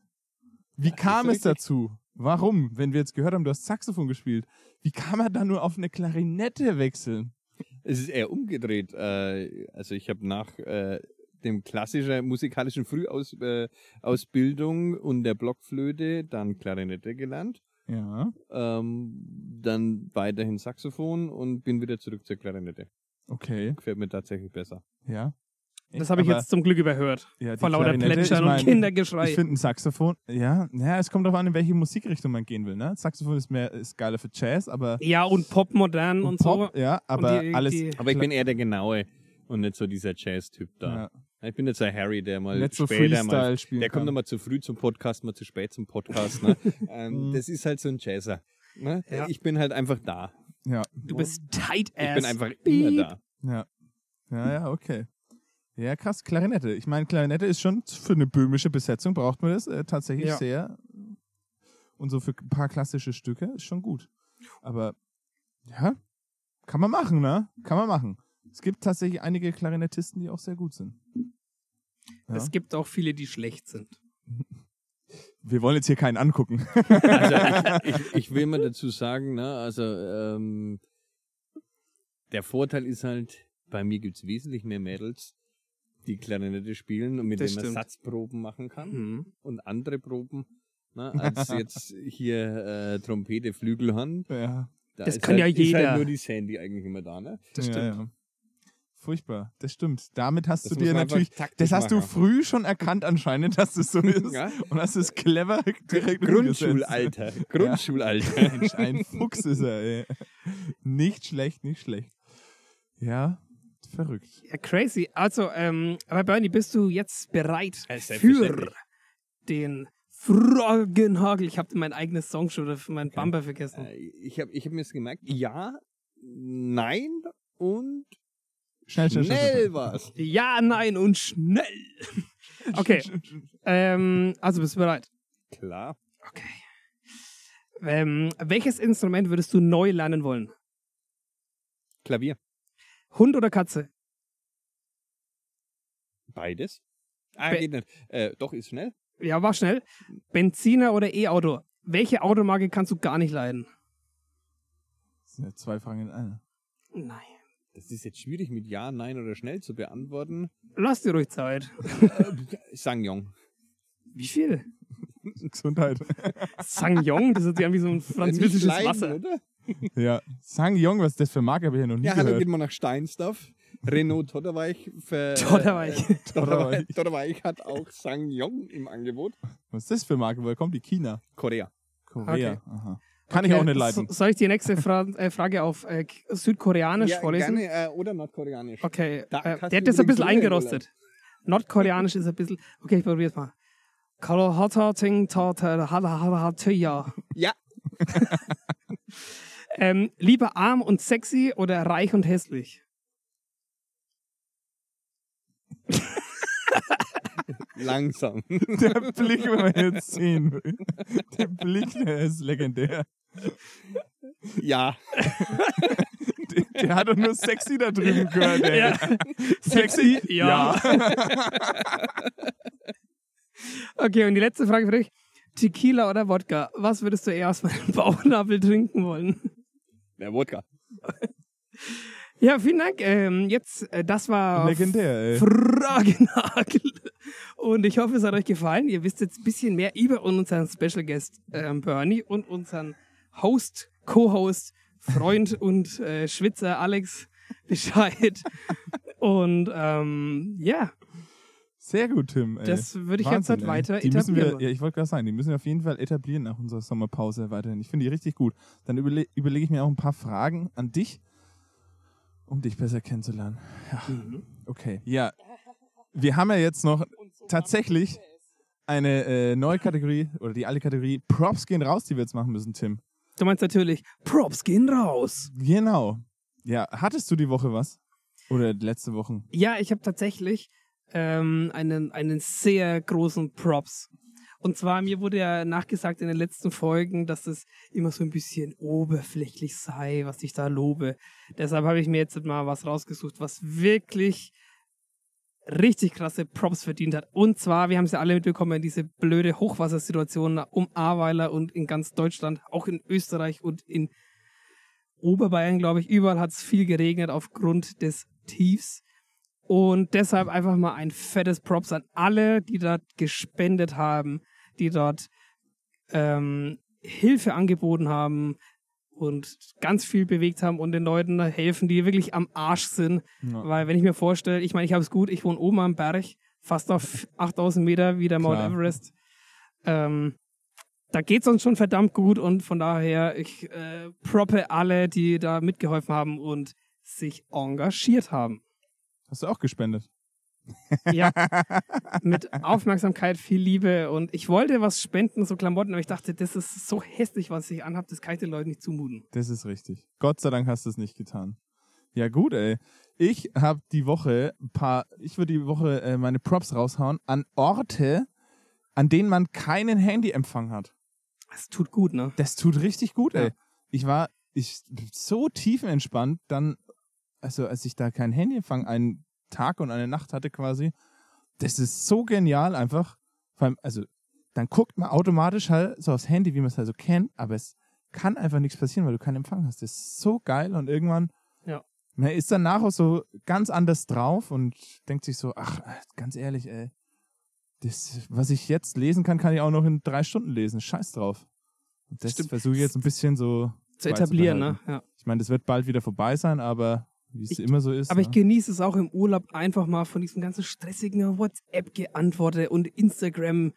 Speaker 2: Wie kam
Speaker 3: ist
Speaker 2: es dazu? Warum? Wenn wir jetzt gehört haben, du hast Saxophon gespielt, wie kann man da nur auf eine Klarinette wechseln?
Speaker 3: Es ist eher umgedreht. Äh, also ich habe nach äh, dem klassischen musikalischen Frühausbildung äh, Ausbildung und der Blockflöte dann Klarinette gelernt.
Speaker 2: Ja,
Speaker 3: Ähm, dann weiterhin Saxophon und bin wieder zurück zur Klarinette.
Speaker 2: okay,
Speaker 3: Gefällt mir tatsächlich besser.
Speaker 2: ja.
Speaker 1: Das habe ich
Speaker 2: Aber,
Speaker 1: jetzt zum Glück überhört.
Speaker 2: ja, die
Speaker 1: Vor lauter
Speaker 2: Klarinette,
Speaker 1: Plätschern
Speaker 2: ich
Speaker 1: und
Speaker 2: mein, Ich
Speaker 1: Kindergeschrei.
Speaker 2: finde ein Saxophon, ja, ja, es kommt darauf an, in welche Musikrichtung man gehen will, ne? Saxophon ist mehr, ist geiler für Jazz, aber
Speaker 1: Ja, und popmodern und,
Speaker 2: Pop,
Speaker 1: so.
Speaker 2: ja, aber
Speaker 1: die-
Speaker 2: alles.
Speaker 1: die-
Speaker 3: Aber ich bin eher der Genaue und nicht so dieser Jazz-Typ da.
Speaker 2: ja,
Speaker 3: Ich bin jetzt der Harry, der mal
Speaker 2: nicht so
Speaker 3: später
Speaker 2: Freestyle
Speaker 3: mal...
Speaker 2: spielen
Speaker 3: Der kommt
Speaker 2: kann.
Speaker 3: immer zu früh zum Podcast, mal zu spät zum Podcast. Ne? ähm, das ist halt so ein Jazzer. Ne?
Speaker 1: Ja.
Speaker 3: Ich bin halt einfach da.
Speaker 2: ja.
Speaker 1: Du bist tight ass.
Speaker 3: Ich bin einfach
Speaker 1: Piep.
Speaker 3: immer da.
Speaker 2: Ja. Ja, ja, okay. Ja, krass, Klarinette. Ich meine, Klarinette ist schon für eine böhmische Besetzung, braucht man das äh, tatsächlich
Speaker 1: Ja.
Speaker 2: sehr. Und so für ein paar klassische Stücke ist schon gut. Aber ja, kann man machen, ne? Kann man machen. Es gibt tatsächlich einige Klarinettisten, die auch sehr gut sind. Ja.
Speaker 1: Es gibt auch viele, die schlecht sind.
Speaker 2: Wir wollen jetzt hier keinen angucken.
Speaker 3: Also ich, ich, ich will mal dazu sagen, ne, also ähm, der Vorteil ist halt, bei mir gibt's wesentlich mehr Mädels, die Klarinette spielen und mit
Speaker 1: Das
Speaker 3: denen man
Speaker 1: stimmt.
Speaker 3: Satzproben machen kann
Speaker 1: Mhm.
Speaker 3: und andere Proben, ne, als jetzt hier äh, Trompete, Flügelhorn.
Speaker 2: Ja,
Speaker 3: Da
Speaker 1: Das
Speaker 3: ist
Speaker 1: kann
Speaker 3: halt,
Speaker 1: ja
Speaker 3: Ist
Speaker 1: jeder.
Speaker 3: halt nur die Sandy eigentlich immer da, ne?
Speaker 1: Das
Speaker 2: ja,
Speaker 1: stimmt.
Speaker 2: Ja. Furchtbar, das stimmt. Damit hast
Speaker 3: Das
Speaker 2: du
Speaker 3: muss
Speaker 2: dir
Speaker 3: man einfach
Speaker 2: natürlich,
Speaker 3: taktisch
Speaker 2: das hast du
Speaker 3: machen.
Speaker 2: früh schon erkannt anscheinend, dass es so ist.
Speaker 3: Ja.
Speaker 2: Und hast es clever direkt umgesetzt.
Speaker 3: Grundschulalter, Grundschulalter.
Speaker 2: Mensch, ein Fuchs ist er, ey. Nicht schlecht, nicht schlecht. Ja, verrückt.
Speaker 1: Ja, crazy. Also, ähm, aber Bernie, bist du jetzt bereit
Speaker 3: Ja, selbstverständlich.
Speaker 1: für den Fragenhagel? Ich habe mein eigenes Song schon oder meinen Bumper vergessen.
Speaker 3: Äh, Ich habe ich hab mir jetzt gemerkt, ja, nein und
Speaker 2: Schnell, schnell, schnell.
Speaker 3: schnell
Speaker 2: schnell.
Speaker 3: war's.
Speaker 1: Ja, nein und schnell. Okay, ähm, also bist du bereit?
Speaker 3: Klar.
Speaker 1: Okay. Ähm, welches Instrument würdest du neu lernen wollen?
Speaker 3: Klavier.
Speaker 1: Hund oder Katze?
Speaker 3: Beides? Ah,
Speaker 1: Be-
Speaker 3: geht nicht. Äh, doch, ist schnell.
Speaker 1: Ja, war schnell. Benziner oder E-Auto? Welche Automarke kannst du gar nicht leiden?
Speaker 2: Das sind ja zwei Fragen in einer.
Speaker 1: Nein.
Speaker 3: Das ist jetzt schwierig mit Ja, Nein oder schnell zu beantworten.
Speaker 1: Lass dir ruhig Zeit.
Speaker 3: Sangyong.
Speaker 1: Wie viel?
Speaker 2: Gesundheit.
Speaker 1: Sangyong? Das ist ja wie so ein französisches Wasser.
Speaker 2: ne?
Speaker 3: oder?
Speaker 2: ja. Sang Yong, was ist das für Marke? Habe ich ja genau. noch nie
Speaker 3: Ja, hallo,
Speaker 2: gehört.
Speaker 3: geht mal nach Steinstaff. Renault Todderweich. Für,
Speaker 1: Todderweich.
Speaker 3: Äh, Todderweich.
Speaker 2: Todderweich.
Speaker 3: Todderweich hat auch Sangyong im Angebot.
Speaker 2: Was ist das für Marke? Woher kommt die? China.
Speaker 3: Korea.
Speaker 2: Korea.
Speaker 1: Okay.
Speaker 2: Aha. Kann ich auch nicht leiden.
Speaker 1: So, soll ich die nächste Fra äh, Frage auf äh, K- Südkoreanisch vorlesen?
Speaker 3: gerne, äh, oder nordkoreanisch.
Speaker 1: Okay,
Speaker 3: Da
Speaker 1: äh,
Speaker 3: kannst
Speaker 1: der
Speaker 3: du
Speaker 1: hat das ein
Speaker 3: übrigens
Speaker 1: bisschen
Speaker 3: Nudeln
Speaker 1: eingerostet. Nordkoreanisch ist ein bisschen. Okay, ich probier's mal. Kalohata ting ta ta hada hada hata ya.
Speaker 3: Ja,
Speaker 1: Ähm, lieber arm und sexy oder reich und hässlich?
Speaker 3: langsam.
Speaker 2: Der Blick, wenn man jetzt sehen will. Der Blick, der ist legendär.
Speaker 3: Ja.
Speaker 2: Der, der hat doch nur sexy da drüben gehört. Ey.
Speaker 1: Sexy? Ja. Okay, und die letzte Frage für dich. Tequila oder Wodka? Was würdest du eher aus meinem Bauchnabel trinken wollen?
Speaker 3: Der Wodka.
Speaker 1: Ja, vielen Dank. Ähm, jetzt, äh, das war
Speaker 2: Legendär, ey.
Speaker 1: Fragenagel. Und ich hoffe, es hat euch gefallen. Ihr wisst jetzt ein bisschen mehr über unseren Special Guest ähm, Bernie und unseren Host, Co-Host, Freund und äh, Schwitzer Alex Bescheid. Und ähm, ja,
Speaker 2: Sehr gut, Tim. Ey.
Speaker 1: Das würde ich jetzt
Speaker 2: Wahnsinn,
Speaker 1: halt
Speaker 2: ey.
Speaker 1: weiter
Speaker 2: die müssen
Speaker 1: etablieren.
Speaker 2: wir, Ja, ich wollte gerade sagen, die müssen wir auf jeden Fall etablieren nach unserer Sommerpause weiterhin. Ich finde die richtig gut. Dann überle überlege ich mir auch ein paar Fragen an dich, um dich besser kennenzulernen. Ja. Okay. Ja. Wir haben ja jetzt noch tatsächlich eine äh, neue Kategorie oder die alte Kategorie Props gehen raus, die wir jetzt machen müssen, Tim.
Speaker 1: du meinst natürlich, Props gehen raus.
Speaker 2: Genau. Ja, hattest du die Woche was? Oder die letzte Woche?
Speaker 1: Ja, ich habe tatsächlich ähm, einen, einen sehr großen Props. Und zwar, mir wurde ja nachgesagt in den letzten Folgen, dass es immer so ein bisschen oberflächlich sei, was ich da lobe. Deshalb habe ich mir jetzt mal was rausgesucht, was wirklich richtig krasse Props verdient hat. Und zwar, wir haben es ja alle mitbekommen, diese blöde Hochwassersituation um Ahrweiler und in ganz Deutschland, auch in Österreich und in Oberbayern, glaube ich, überall hat es viel geregnet aufgrund des Tiefs. Und deshalb einfach mal ein fettes Props an alle, die dort gespendet haben, die dort ähm, Hilfe angeboten haben und ganz viel bewegt haben und den Leuten helfen, die wirklich am Arsch sind.
Speaker 2: Ja.
Speaker 1: Weil wenn ich mir vorstelle, ich meine, ich habe es gut, ich wohne oben am Berg, fast auf 8000 Meter wie der Mount
Speaker 2: Klar.
Speaker 1: Everest. Ähm, da geht es uns schon verdammt gut und von daher, ich äh, proppe alle, die da mitgeholfen haben und sich engagiert haben.
Speaker 2: Hast du auch gespendet?
Speaker 1: Ja. Mit Aufmerksamkeit, viel Liebe und ich wollte was spenden, so Klamotten, aber ich dachte, das ist so hässlich, was ich anhab, das kann ich den Leuten nicht zumuten.
Speaker 2: Das ist richtig. Gott sei Dank hast du es nicht getan. Ja, gut, ey. Ich habe die Woche ein paar, ich würde die Woche äh, meine Props raushauen an Orte, an denen man keinen Handyempfang hat.
Speaker 1: Das tut gut, ne?
Speaker 2: Das tut richtig gut,
Speaker 1: Ja.
Speaker 2: ey. Ich war ich, so tiefenentspannt, dann, also als ich da keinen Handyempfang einen Tag und eine Nacht hatte quasi, das ist so genial einfach. Vor allem, also, dann guckt man automatisch halt so aufs Handy, wie man es halt so kennt, aber es kann einfach nichts passieren, weil du keinen Empfang hast. Das ist so geil und irgendwann
Speaker 1: Ja.
Speaker 2: man ist danach auch so ganz anders drauf und denkt sich so, ach, ganz ehrlich, ey, das, was ich jetzt lesen kann, kann ich auch noch in drei Stunden lesen. Scheiß drauf. Und das
Speaker 1: Stimmt.
Speaker 2: versuche ich jetzt ein bisschen so
Speaker 1: Zu etablieren, ne?
Speaker 2: beizubehalten.
Speaker 1: Ja.
Speaker 2: Ich meine, das wird bald wieder vorbei sein, aber wie es
Speaker 1: Ich-
Speaker 2: immer so ist.
Speaker 1: Aber ich
Speaker 2: ne?
Speaker 1: genieße es auch im Urlaub einfach mal von diesem ganzen stressigen WhatsApp-Geantworte und Instagram,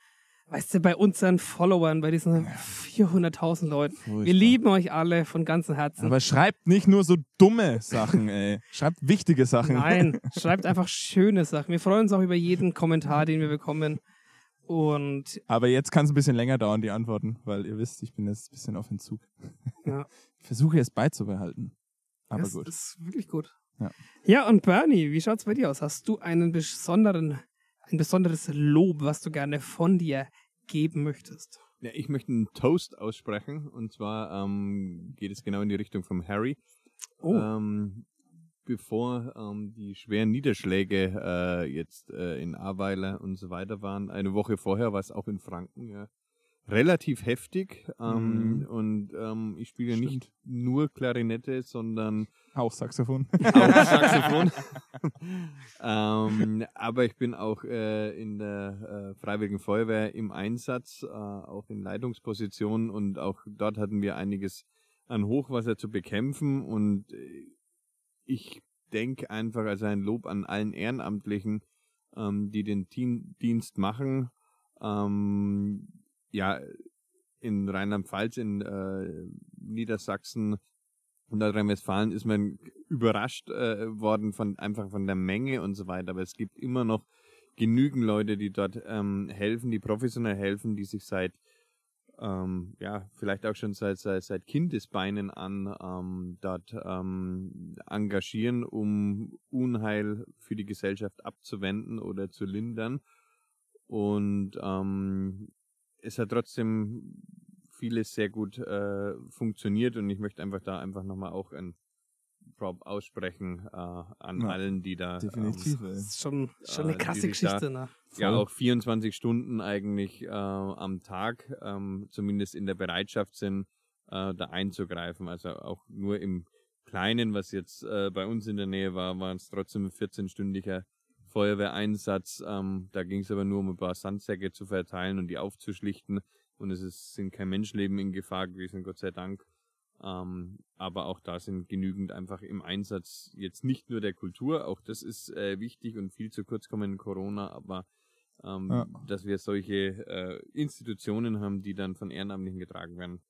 Speaker 1: weißt du, bei unseren Followern, bei diesen 400.000 Leuten.
Speaker 2: Furchtbar.
Speaker 1: Wir lieben euch alle von ganzem Herzen.
Speaker 2: aber schreibt nicht nur so dumme Sachen, ey. Schreibt wichtige Sachen.
Speaker 1: Nein, schreibt einfach schöne Sachen. Wir freuen uns auch über jeden Kommentar, den wir bekommen. Und
Speaker 2: Aber jetzt kann es ein bisschen länger dauern, die Antworten, weil ihr wisst, ich bin jetzt ein bisschen auf Entzug.
Speaker 1: Ja.
Speaker 2: Ich versuche es beizubehalten. Aber
Speaker 1: das
Speaker 2: gut.
Speaker 1: ist wirklich gut.
Speaker 2: Ja.
Speaker 1: ja, und Bernie, wie schaut's bei dir aus? Hast du einen besonderen, ein besonderes Lob, was du gerne von dir geben möchtest?
Speaker 3: Ja, ich möchte einen Toast
Speaker 2: Äh,
Speaker 3: aussprechen. Und zwar ähm, geht es genau in die Richtung vom Harry.
Speaker 1: Oh,
Speaker 3: Ähm, bevor ähm, die schweren Niederschläge äh, jetzt äh, in Ahrweiler und so weiter waren. Eine Woche vorher war es auch in Franken ja, relativ heftig. Ähm,
Speaker 2: Mhm.
Speaker 3: Und ähm, ich spiele ja nicht
Speaker 2: Stimmt.
Speaker 3: nur Klarinette, sondern
Speaker 2: Auch Saxophon.
Speaker 3: auch Saxophon. ähm, aber ich bin auch äh, in der äh, Freiwilligen Feuerwehr im Einsatz, äh, auch in Leitungspositionen und auch dort hatten wir einiges an Hochwasser zu bekämpfen und äh, ich denke einfach also ein Lob an allen Ehrenamtlichen, ähm, die den Team Dienst machen. Ähm, ja, in Rheinland-Pfalz, in äh, Niedersachsen und Nordrhein-Westfalen ist man überrascht äh, worden von einfach von der Menge und so weiter. Aber es gibt immer noch genügend Leute, die dort ähm, helfen, die professionell helfen, die sich seit ähm, ja vielleicht auch schon seit seit, seit Kindesbeinen an ähm, dort ähm, engagieren, um Unheil für die Gesellschaft abzuwenden oder zu lindern. Und ähm, es hat trotzdem vieles sehr gut äh, funktioniert und ich möchte einfach da einfach nochmal auch ein Prop aussprechen äh, an
Speaker 2: Ja,
Speaker 3: allen, die da ähm,
Speaker 2: Definitiv.
Speaker 1: Das
Speaker 2: ey.
Speaker 1: ist schon, schon
Speaker 3: Äh,
Speaker 1: eine
Speaker 3: die
Speaker 1: krasse
Speaker 3: sich da-
Speaker 1: Geschichte. Ne?
Speaker 3: ja
Speaker 2: Voll.
Speaker 3: auch 24 Stunden eigentlich äh, am Tag ähm, zumindest in der Bereitschaft sind, äh, da einzugreifen. Also auch nur im Kleinen, was jetzt äh, bei uns in der Nähe war, waren es trotzdem ein 14-stündiger Feuerwehreinsatz. Ähm, da ging es aber nur um ein paar Sandsäcke zu verteilen und die aufzuschlichten. Und es ist, sind kein Menschenleben in Gefahr gewesen, Gott sei Dank. Ähm, aber auch da sind genügend einfach im Einsatz jetzt nicht nur der Kultur, auch das ist äh, wichtig und viel zu kurz kommen in Corona, aber ähm,
Speaker 2: Ja.
Speaker 3: dass wir solche äh, Institutionen haben, die dann von Ehrenamtlichen getragen werden.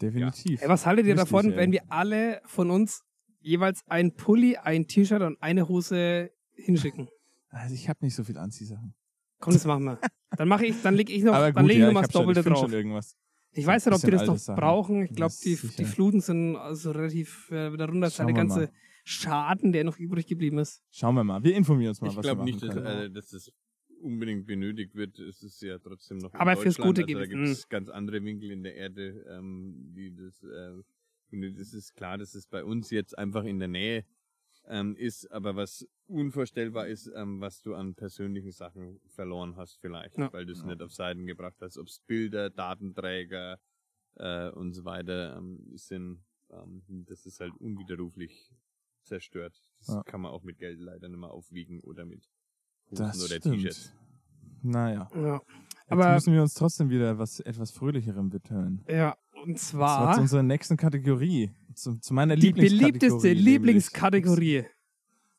Speaker 2: Definitiv.
Speaker 1: Ey, was haltet ihr
Speaker 2: Richtig,
Speaker 1: davon,
Speaker 2: ey.
Speaker 1: wenn wir alle von uns jeweils ein Pulli, ein T-Shirt und eine Hose hinschicken?
Speaker 2: Also ich habe nicht so viel Anziehsachen.
Speaker 1: Komm, das machen wir. Dann mache ich, dann lege ich noch,
Speaker 2: Aber
Speaker 1: dann
Speaker 2: gut,
Speaker 1: lege
Speaker 2: ja,
Speaker 1: ich noch
Speaker 2: ich
Speaker 1: mal das
Speaker 2: hab schon,
Speaker 1: Doppelte
Speaker 2: ich find
Speaker 1: drauf.
Speaker 2: schon irgendwas.
Speaker 1: Ich weiß nicht, ob die
Speaker 2: Bisschen
Speaker 1: das noch
Speaker 2: alte Sachen.
Speaker 1: brauchen. Ich
Speaker 2: Ja,
Speaker 1: glaube, die,
Speaker 2: sicher.
Speaker 1: die Fluten sind also relativ äh, wieder runter.
Speaker 2: Schauen
Speaker 1: Der
Speaker 2: wir
Speaker 1: ganze
Speaker 2: mal.
Speaker 1: Schaden, der noch übrig geblieben ist.
Speaker 2: Schauen wir mal. Wir informieren uns mal,
Speaker 3: ich
Speaker 2: was wir
Speaker 3: glaube
Speaker 2: machen
Speaker 3: nicht, dass,
Speaker 2: können.
Speaker 3: äh, dass das unbedingt benötigt wird. Es ist ja trotzdem noch in
Speaker 1: Aber fürs
Speaker 3: Deutschland,
Speaker 1: Gute
Speaker 3: also da
Speaker 1: gibt's-
Speaker 3: gibt es ganz andere Winkel in der Erde, ähm, die das. Äh, benötigt. es ist klar, dass es bei uns jetzt einfach in der Nähe ähm, ist, aber was unvorstellbar ist, ähm, was du an persönlichen Sachen verloren hast vielleicht,
Speaker 1: Ja.
Speaker 3: weil du es
Speaker 2: Ja.
Speaker 3: nicht auf Seiten gebracht hast, ob es Bilder, Datenträger äh, und so weiter ähm, sind. Ähm, das ist halt unwiderruflich zerstört. Das
Speaker 2: Ja.
Speaker 3: kann man auch mit Geld leider nicht mehr aufwiegen oder mit Hosen
Speaker 2: das
Speaker 3: oder T-Shirts.
Speaker 2: stimmt. Naja,
Speaker 1: Ja.
Speaker 2: jetzt
Speaker 1: Aber-
Speaker 2: müssen wir uns trotzdem wieder was etwas Fröhlicherem widmen.
Speaker 1: Ja, und
Speaker 2: Zwar zu
Speaker 1: zwar
Speaker 2: unserer nächten Kategorie. Zu, zu meiner
Speaker 1: die
Speaker 2: Lieblingskategorie.
Speaker 1: beliebteste
Speaker 2: nämlich.
Speaker 1: Lieblingskategorie.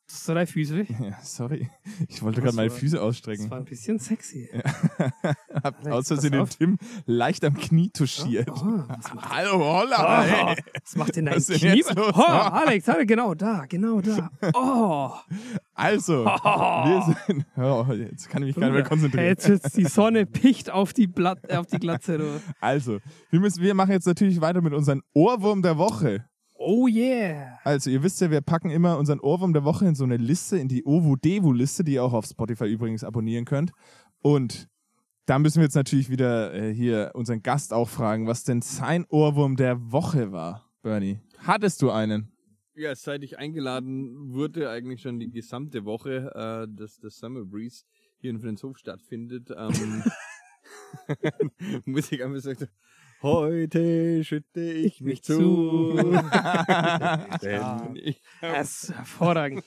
Speaker 1: Das war deine Füße.
Speaker 2: Ja, sorry. Ich wollte
Speaker 1: Das
Speaker 2: gerade meine
Speaker 1: war-
Speaker 2: Füße
Speaker 1: Das
Speaker 2: ausstrecken.
Speaker 1: war ein bisschen sexy.
Speaker 2: Hab
Speaker 1: Alex,
Speaker 2: aus Versehen den
Speaker 1: pass
Speaker 2: Tim leicht am Knie touchiert.
Speaker 1: Oh, was macht
Speaker 2: Hallo, holla!
Speaker 1: Oh,
Speaker 2: ey.
Speaker 1: was macht denn dein
Speaker 2: Was ist denn
Speaker 1: Knie?
Speaker 2: jetzt los?
Speaker 1: Oh, Alex, Alex, genau da, genau da. Oh,
Speaker 2: Also, wir sind. Oh, jetzt kann ich mich gar nicht mehr
Speaker 1: Bruder,
Speaker 2: konzentrieren.
Speaker 1: jetzt wird's- die Sonne picht auf die, Blatt, auf die Glatze. Du.
Speaker 2: Also, wir, müssen, wir machen jetzt natürlich weiter mit unserem Ohrwurm der Woche.
Speaker 1: Oh yeah.
Speaker 2: Also, ihr wisst ja, wir packen immer unseren Ohrwurm der Woche in so eine Liste, in die Ovu-Devu-Liste, die ihr auch auf Spotify übrigens abonnieren könnt. Und da müssen wir jetzt natürlich wieder äh, hier unseren Gast auch fragen, was denn sein Ohrwurm der Woche war, Bernie. Hattest du einen?
Speaker 3: Ja, seit ich eingeladen wurde, eigentlich schon die gesamte Woche, äh, dass das Summer Breeze hier in Friedrichshof stattfindet, ähm, muss ich einfach sagen, heute schütte ich mich zu, denn ich
Speaker 1: Das ist hervorragend.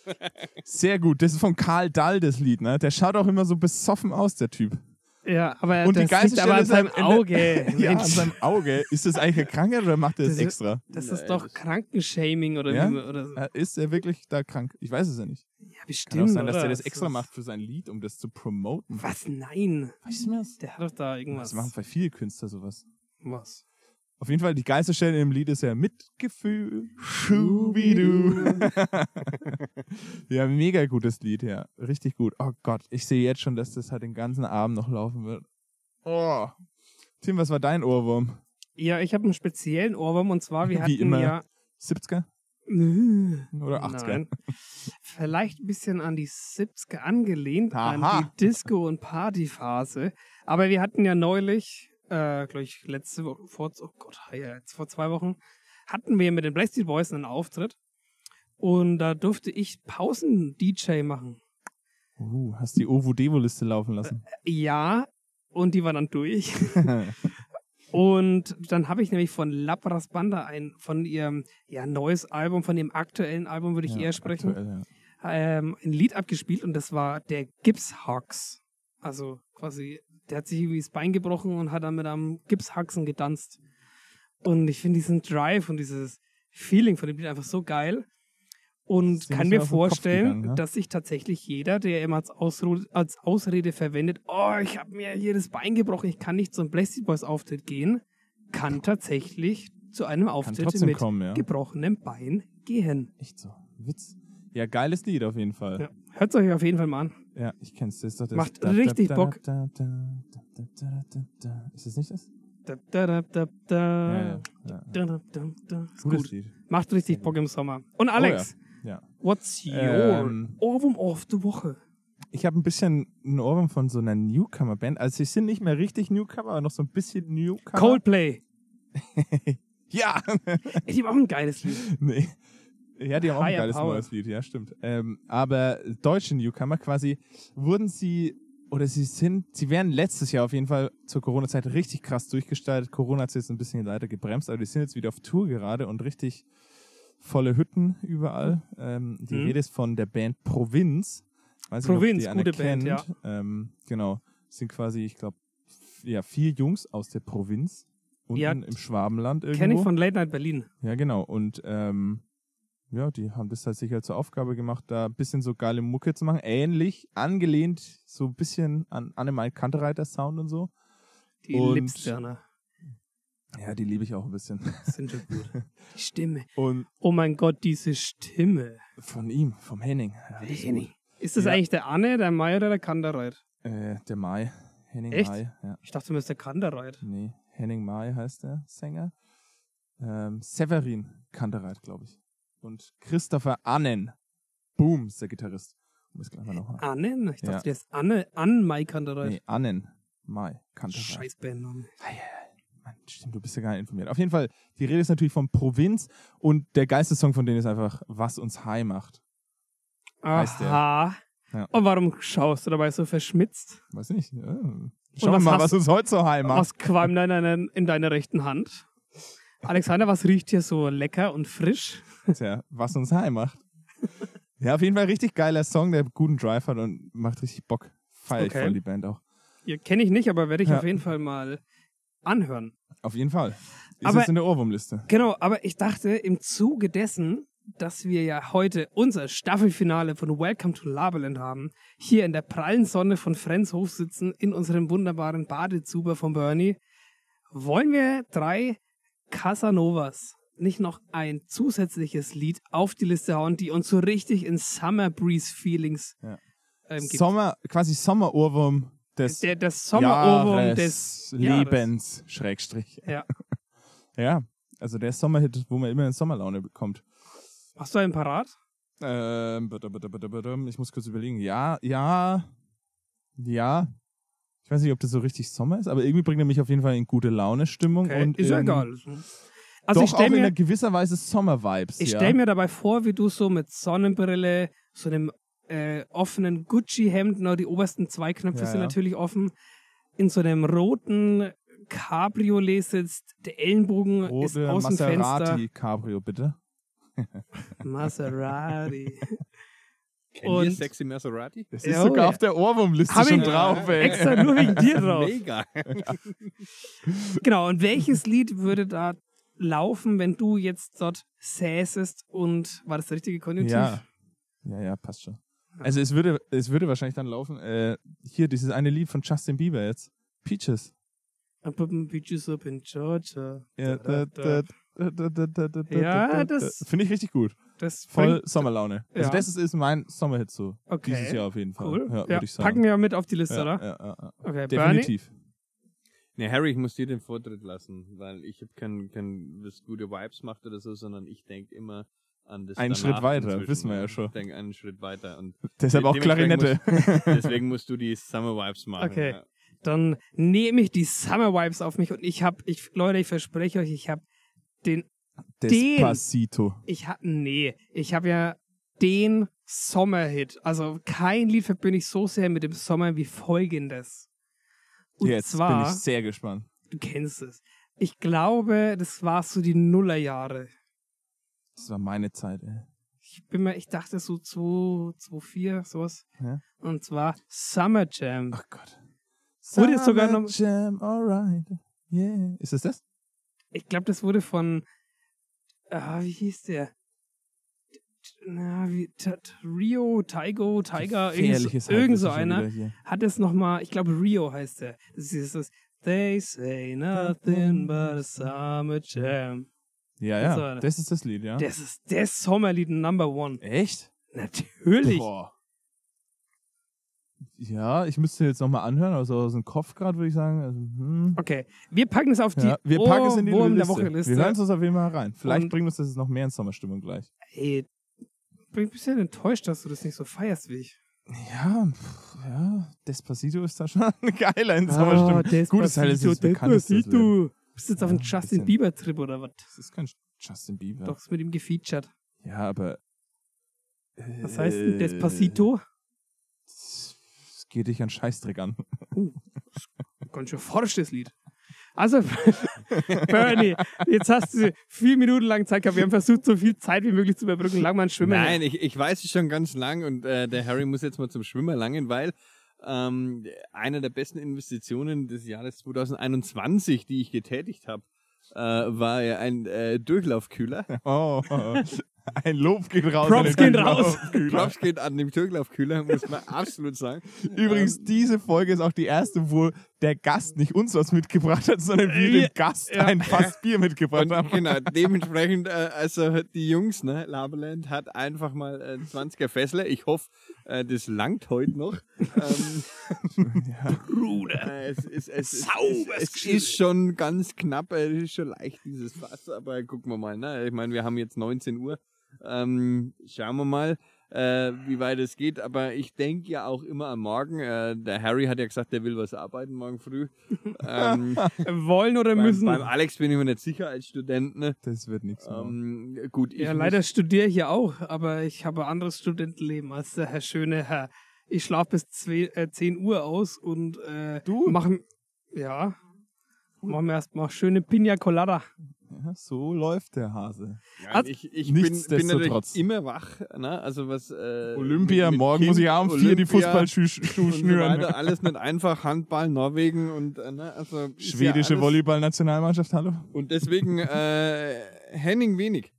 Speaker 2: Sehr gut. Das ist von Karl Dall, das Lied, ne? Der schaut auch immer so besoffen aus, der Typ.
Speaker 1: Ja, aber
Speaker 2: Und die
Speaker 1: das
Speaker 2: geilste
Speaker 1: liegt aber
Speaker 2: Stelle
Speaker 1: an seinem
Speaker 2: ist am Ende-
Speaker 1: Auge.
Speaker 2: ja, an
Speaker 1: Mensch,
Speaker 2: seinem Auge. Ist das eigentlich krank oder macht er das
Speaker 1: Das ist-
Speaker 2: extra?
Speaker 1: das
Speaker 3: Nein,
Speaker 1: ist doch
Speaker 3: das-
Speaker 1: Krankenshaming oder,
Speaker 2: Ja?
Speaker 1: wie, man- oder so.
Speaker 2: Äh, Ist er wirklich da krank? Ich weiß es ja nicht.
Speaker 1: Ja,
Speaker 2: Kann
Speaker 1: bestimmt.
Speaker 2: auch sein, dass
Speaker 1: oder?
Speaker 2: er das extra macht für sein Lied, um das zu promoten.
Speaker 1: Was? Nein.
Speaker 2: Weiß man das?
Speaker 1: Der hat doch da irgendwas.
Speaker 2: Das machen vielleicht viele Künstler sowas.
Speaker 1: Was?
Speaker 2: Auf jeden Fall, die geilste Stelle im Lied ist ja Mitgefühl. Schubidu. ja, mega gutes Lied, ja. Richtig gut. Oh Gott, ich sehe jetzt schon, dass das halt den ganzen Abend noch laufen wird. Oh. Tim, was war dein Ohrwurm?
Speaker 1: Ja, ich habe einen speziellen Ohrwurm und zwar, wir
Speaker 2: Wie
Speaker 1: hatten
Speaker 2: immer.
Speaker 1: ja.
Speaker 2: 70er
Speaker 1: Nö.
Speaker 2: oder 80er?
Speaker 1: Nein. Vielleicht ein bisschen an die 70er angelehnt, an
Speaker 2: Aha.
Speaker 1: die Disco- und Partyphase. Aber wir hatten ja neulich, äh, glaube ich, letzte Woche, vor, oh Gott, ja, jetzt vor zwei Wochen, hatten wir mit den Blasty Boys einen Auftritt. Und da durfte ich Pausen-DJ machen.
Speaker 2: Uh, hast die Ovo-Devo-Liste laufen lassen.
Speaker 1: Ja, und die war dann durch. und dann habe ich nämlich von Labras Banda ein, von ihrem ja, neues Album, von ihrem aktuellen Album würde ich
Speaker 2: Ja,
Speaker 1: eher sprechen,
Speaker 2: aktuell, ja.
Speaker 1: ähm, ein Lied abgespielt und das war der Gipshacks. Also quasi, der hat sich irgendwie das Bein gebrochen und hat dann mit einem Gipshaxen getanzt. Und ich finde diesen Drive und dieses Feeling von dem Lied einfach so geil. Und
Speaker 2: Ist dir
Speaker 1: kann
Speaker 2: nicht so
Speaker 1: mir
Speaker 2: auf den Kopf
Speaker 1: vorstellen,
Speaker 2: gegangen, ne?
Speaker 1: dass sich tatsächlich jeder, der immer als Ausrede, als Ausrede verwendet, oh, ich habe mir hier das Bein gebrochen, ich kann nicht zum Blasty Boys Auftritt gehen, kann tatsächlich zu einem Auftritt
Speaker 2: trotzdem
Speaker 1: mit
Speaker 2: kommen, ja.
Speaker 1: gebrochenem Bein gehen.
Speaker 2: Echt so. Witz. Ja, geiles Lied auf jeden Fall.
Speaker 1: Ja. Hört es euch auf jeden Fall mal an.
Speaker 2: Ja, ich kenn's. Das ist doch das.
Speaker 1: Macht richtig Bock.
Speaker 2: da, da, da, da, da, da. Ist das nicht das?
Speaker 1: Da, da, da, da, da.
Speaker 2: Ja, ja. ja.
Speaker 1: Da, da, da, da. Äh, Ist
Speaker 2: Gutes
Speaker 1: gut.
Speaker 2: Lied.
Speaker 1: Macht richtig Bock im Sommer. Und Alex,
Speaker 2: Oh, ja. ja.
Speaker 1: what's your
Speaker 2: Ähm.
Speaker 1: Ohrwurm of the Woche?
Speaker 2: Ich habe ein bisschen einen Ohrwurm von so einer Newcomer-Band. Also, sie sind nicht mehr richtig Newcomer, aber noch so ein bisschen Newcomer.
Speaker 1: Coldplay.
Speaker 2: Ja!
Speaker 1: Ich habe auch ein geiles Lied.
Speaker 2: nee. Ja, die haben auch ein
Speaker 1: Higher
Speaker 2: geiles
Speaker 1: Power.
Speaker 2: neues Lied, ja, stimmt. Ähm, aber deutsche Newcomer quasi wurden sie, oder sie sind, sie wären letztes Jahr auf jeden Fall zur Corona-Zeit richtig krass durchgestaltet. Corona hat sie jetzt ein bisschen leider gebremst, aber die sind jetzt wieder auf Tour gerade und richtig volle Hütten überall. Ähm, die
Speaker 1: Mhm.
Speaker 2: Rede ist von der Band Provinz. Weiß
Speaker 1: Provinz,
Speaker 2: nicht, ob die
Speaker 1: gute
Speaker 2: einer kennt.
Speaker 1: Band, ja.
Speaker 2: Ähm, genau. Sind quasi, ich glaube, ja, vier Jungs aus der Provinz. Unten
Speaker 1: Ja,
Speaker 2: im Schwabenland irgendwo.
Speaker 1: Kenne ich von Late Night Berlin.
Speaker 2: Ja, genau. Und ähm, ja, die haben das halt sicher zur Aufgabe gemacht, da ein bisschen so geile Mucke zu machen. Ähnlich, angelehnt, so ein bisschen an Annemal Kantereiter Sound und so.
Speaker 1: Die
Speaker 2: Und-
Speaker 1: Lipsterner
Speaker 2: Ja, die liebe ich auch ein bisschen.
Speaker 1: sind schon gut. Die Stimme.
Speaker 2: Und
Speaker 1: Oh mein Gott, diese Stimme.
Speaker 2: von ihm, vom Henning. Ja, das ist gut.
Speaker 1: Ist das
Speaker 2: Ja.
Speaker 1: eigentlich der Anne, der Mai oder der Kandereit?
Speaker 2: Äh, der Mai. Henning
Speaker 1: Echt?
Speaker 2: Mai. Ja.
Speaker 1: Ich dachte, du bist der Kandereit.
Speaker 2: Nee, Henning Mai heißt der Sänger. Ähm, Severin Kantereit, glaube ich. Und Christopher Annen. Boom, ist der Gitarrist. Muss gleich mal noch haben.
Speaker 1: Anne? Ich dachte,
Speaker 2: Ja.
Speaker 1: der ist Anne an Mai Kandereit.
Speaker 2: Nee, Annen Mai Kantereit.
Speaker 1: Scheiß Bandname.
Speaker 2: Mann, stimmt, du bist ja gar nicht informiert. Auf jeden Fall, die Rede ist natürlich vom Provinz und der Geistessong von denen ist einfach, was uns high macht. Heißt der.
Speaker 1: Aha.
Speaker 2: Ja.
Speaker 1: Und warum schaust du dabei so verschmitzt?
Speaker 2: Weiß nicht. Äh, schauen wir
Speaker 1: was
Speaker 2: mal,
Speaker 1: hast-
Speaker 2: was uns heute so high macht.
Speaker 1: Was qualmt in deiner, in deiner rechten Hand? Alexander, was riecht hier so lecker und frisch?
Speaker 2: Tja, was uns high macht. Ja, auf jeden Fall richtig geiler Song, der guten Drive hat und macht richtig Bock. Feier ich
Speaker 1: Okay.
Speaker 2: voll die Band auch.
Speaker 1: Ihr kenne ich nicht, aber werde ich
Speaker 2: Ja.
Speaker 1: auf jeden Fall mal anhören.
Speaker 2: Auf jeden Fall. Ist
Speaker 1: Aber-
Speaker 2: jetzt in der Ohrwurmliste.
Speaker 1: Genau, aber ich dachte im Zuge dessen, dass wir ja heute unser Staffelfinale von Welcome to Labeland haben, hier in der prallen Sonne von Frenzhof sitzen, in unserem wunderbaren Badezuber von Bernie, wollen wir drei Casanovas nicht noch ein zusätzliches Lied auf die Liste hauen, die uns so richtig in Summer Breeze Feelings
Speaker 2: Ja.
Speaker 1: ähm, gibt.
Speaker 2: Sommer, quasi Sommerohrwurm des
Speaker 1: der, der Sommerohrwurm
Speaker 2: Jahres
Speaker 1: des Jahres.
Speaker 2: Lebens, Schrägstrich.
Speaker 1: Ja.
Speaker 2: Ja, also der Sommerhit, wo man immer eine Sommerlaune bekommt.
Speaker 1: Hast du einen parat?
Speaker 2: Ähm, badum, badum, badum, badum. ich muss kurz überlegen. Ja, ja, ja. Ich weiß nicht, ob das so richtig Sommer ist, aber irgendwie bringt er mich auf jeden Fall in gute Laune-Stimmung.
Speaker 1: Okay.
Speaker 2: und
Speaker 1: Ist ja
Speaker 2: in,
Speaker 1: egal. Also ich
Speaker 2: doch auch
Speaker 1: stelle
Speaker 2: in
Speaker 1: mir,
Speaker 2: einer gewisser Weise Sommer-Vibes.
Speaker 1: Ich
Speaker 2: ja.
Speaker 1: stelle mir dabei vor, wie du so mit Sonnenbrille, so einem äh, offenen Gucci-Hemd, na, die obersten zwei Knöpfe
Speaker 2: Ja,
Speaker 1: sind
Speaker 2: ja.
Speaker 1: natürlich offen, in so einem roten Cabriolet sitzt, der Ellenbogen ist
Speaker 2: Rote
Speaker 1: aus dem Fenster.
Speaker 2: Maserati Cabrio, bitte.
Speaker 1: Maserati.
Speaker 3: Kennt ihr
Speaker 1: Und-
Speaker 3: Sexy Maserati?
Speaker 2: Das
Speaker 1: Ja,
Speaker 2: ist sogar
Speaker 1: ja.
Speaker 2: auf der Ohrwurmliste
Speaker 1: Hab
Speaker 2: schon
Speaker 1: ich
Speaker 2: drauf, ey.
Speaker 1: Extra nur wegen dir drauf.
Speaker 3: Mega.
Speaker 1: Genau, und welches Lied würde da laufen, wenn du jetzt dort säßest und war das der richtige Konjunktiv?
Speaker 2: Ja. Ja, ja, passt schon. Also es würde, es würde wahrscheinlich dann laufen, äh, hier dieses eine Lied von Justin Bieber jetzt. Peaches.
Speaker 1: I'm putting Beaches up in Georgia.
Speaker 2: Ja,
Speaker 1: Da, da, Ja, das-
Speaker 2: Finde ich richtig gut.
Speaker 1: Das
Speaker 2: Voll Sommerlaune. Also
Speaker 1: Ja.
Speaker 2: das ist, ist mein Sommerhit so.
Speaker 1: Okay.
Speaker 2: Dieses Jahr auf jeden Fall.
Speaker 1: Cool.
Speaker 2: Ja, würde ich sagen.
Speaker 1: Packen wir mit auf die Liste,
Speaker 2: ja,
Speaker 1: oder?
Speaker 2: ja, ja, ja.
Speaker 1: Okay, Bernie.
Speaker 2: Definitiv.
Speaker 3: Ne, Harry, ich muss dir den Vortritt lassen, weil ich habe kein, kein, was gute Vibes macht oder so, sondern ich denke immer an das.
Speaker 2: Einen
Speaker 3: danach
Speaker 2: Schritt weiter,
Speaker 3: inzwischen.
Speaker 2: wissen wir ja schon.
Speaker 3: Ich denke einen Schritt weiter. Und
Speaker 2: Deshalb auch
Speaker 3: dementsprechend
Speaker 2: Klarinette.
Speaker 3: Musst, deswegen musst du die Summer Vibes machen.
Speaker 1: Okay.
Speaker 3: Ja.
Speaker 1: Dann nehme ich die Summer Vibes auf mich und ich habe, ich, Leute, ich verspreche euch, ich habe den Den.
Speaker 2: Despacito.
Speaker 1: Ich hab, nee, ich habe ja den Sommerhit. Also kein Lied verbinde ich so sehr mit dem Sommer wie folgendes. Und
Speaker 2: Jetzt
Speaker 1: zwar,
Speaker 2: bin ich sehr gespannt.
Speaker 1: du kennst es. Ich glaube, das war so die Nullerjahre.
Speaker 2: Das war meine Zeit, ey.
Speaker 1: Ich bin mir, ich dachte so 2, 2, 4, sowas.
Speaker 2: Ja.
Speaker 1: Und zwar Summer Jam.
Speaker 2: Ach Gott.
Speaker 1: Wurde jetzt sogar
Speaker 2: Summer
Speaker 1: noch-
Speaker 2: Jam, alright. Yeah. Ist das das?
Speaker 1: Ich glaube, das wurde von, ah, wie hieß der? Na, wie, T- T- Rio, Taigo, Tiger, irgend
Speaker 2: Gefährliches
Speaker 1: so, irgend
Speaker 2: Halbwissen
Speaker 1: so
Speaker 2: schon
Speaker 1: einer.
Speaker 2: wieder hier.
Speaker 1: hat es nochmal, ich glaube Rio heißt der. Das ist dieses They say nothing but a summer jam.
Speaker 2: Ja,
Speaker 1: Das
Speaker 2: ja.
Speaker 1: war-
Speaker 2: Das ist das Lied, ja.
Speaker 1: Das ist das Sommerlied Number One.
Speaker 2: Echt?
Speaker 1: Natürlich.
Speaker 2: Boah. Ja, ich müsste jetzt nochmal anhören, also aus dem Kopf gerade würde ich sagen. Also, hm.
Speaker 1: Okay, wir packen es auf die
Speaker 2: ja, wir packen es in die
Speaker 1: Ohrwurm der
Speaker 2: Liste.
Speaker 1: Woche
Speaker 2: Wir hören es
Speaker 1: Liste.
Speaker 2: uns auf jeden Fall rein. Vielleicht
Speaker 1: Und-
Speaker 2: bringen wir uns das noch mehr in Sommerstimmung gleich.
Speaker 1: Ey, bin ein bisschen enttäuscht, dass du das nicht so feierst wie ich.
Speaker 2: Ja, pff, ja, Despacito ist da schon geiler in
Speaker 1: Ah,
Speaker 2: Sommerstimmung.
Speaker 1: Despacito,
Speaker 2: Gut, ist halt, das ist das bekannteste. Lied.
Speaker 1: Despacito. Bist du jetzt
Speaker 2: Ja,
Speaker 1: auf einem Justin
Speaker 2: bisschen.
Speaker 1: Bieber-Trip oder was?
Speaker 2: Das ist kein Justin Bieber.
Speaker 1: Doch, ist mit ihm gefeatured.
Speaker 2: Ja, aber.
Speaker 1: Was heißt denn
Speaker 2: äh,
Speaker 1: Despacito?
Speaker 2: Es geht dich an Scheißdreck an.
Speaker 1: Ganz schön forsch, das Lied. Also, Bernie, jetzt hast du vier Minuten lang Zeit gehabt. Wir haben versucht, so viel Zeit wie möglich zu überbrücken. Langmann schwimmen.
Speaker 3: Nein, ich, ich weiß es schon ganz lang und äh, der Harry muss jetzt mal zum Schwimmer langen, weil ähm, eine der besten Investitionen des Jahres 2021, die ich getätigt habe, äh, war ja ein äh, Durchlaufkühler.
Speaker 2: Oh, ein Lob geht raus.
Speaker 1: Props
Speaker 2: an den
Speaker 1: gehen raus.
Speaker 2: Durchlaufkühler.
Speaker 3: Props geht an dem Durchlaufkühler, muss man absolut sagen.
Speaker 2: Übrigens, diese Folge ist auch die erste, wo der Gast nicht uns was mitgebracht hat, sondern wir
Speaker 1: Ja,
Speaker 2: dem Gast
Speaker 1: ja.
Speaker 2: ein Fass Bier mitgebracht
Speaker 3: Und
Speaker 2: haben.
Speaker 3: genau, dementsprechend, äh, also die Jungs, ne, Labeland hat einfach mal äh, 20er Fessler. Ich hoffe, äh, das langt heute noch. Ähm,
Speaker 1: Bruder.
Speaker 3: Äh, es ist, es ist,
Speaker 1: Saubers
Speaker 3: es, es
Speaker 1: Geschirr.
Speaker 3: ist schon ganz knapp, äh, es ist schon leicht, dieses Fass, aber gucken wir mal. Ne? Ich meine, wir haben jetzt 19 Uhr. Ähm, schauen wir mal, äh, wie weit es geht. Aber ich denke ja auch immer am Morgen. Äh, der Harry hat ja gesagt, der will was arbeiten morgen früh. Ähm,
Speaker 1: Wollen oder
Speaker 3: beim,
Speaker 1: müssen?
Speaker 3: beim Alex bin ich mir nicht sicher als Student. Ne?
Speaker 2: Das wird nichts. mehr.
Speaker 3: Ähm, gut, ich
Speaker 1: ja,
Speaker 3: muss-
Speaker 1: leider studiere ich ja auch, aber ich habe ein anderes Studentenleben als der Herr schöne Herr. Ich schlafe bis zwei, äh, 10 Uhr aus und äh,
Speaker 2: Du?
Speaker 1: machen ja, machen wir erstmal schöne Pina Colada.
Speaker 2: ja, so läuft der Hase.
Speaker 3: Ja,
Speaker 1: Also,
Speaker 3: ich ich bin, bin
Speaker 2: nichtsdestotrotz.
Speaker 3: natürlich immer wach. Ne? Also was, äh,
Speaker 2: Olympia,
Speaker 3: mit- mit
Speaker 2: morgen
Speaker 3: Kind,
Speaker 2: muss ich abends vier die
Speaker 3: Olympia.
Speaker 2: Fußballschuhe
Speaker 3: und so
Speaker 2: schnüren. ne?
Speaker 3: weiter. Alles nicht einfach. Handball, Norwegen und äh, ne, also ist
Speaker 2: Schwedische
Speaker 3: ja alles-
Speaker 2: Volleyballnationalmannschaft, hallo?
Speaker 3: Und deswegen äh, Henning wenig.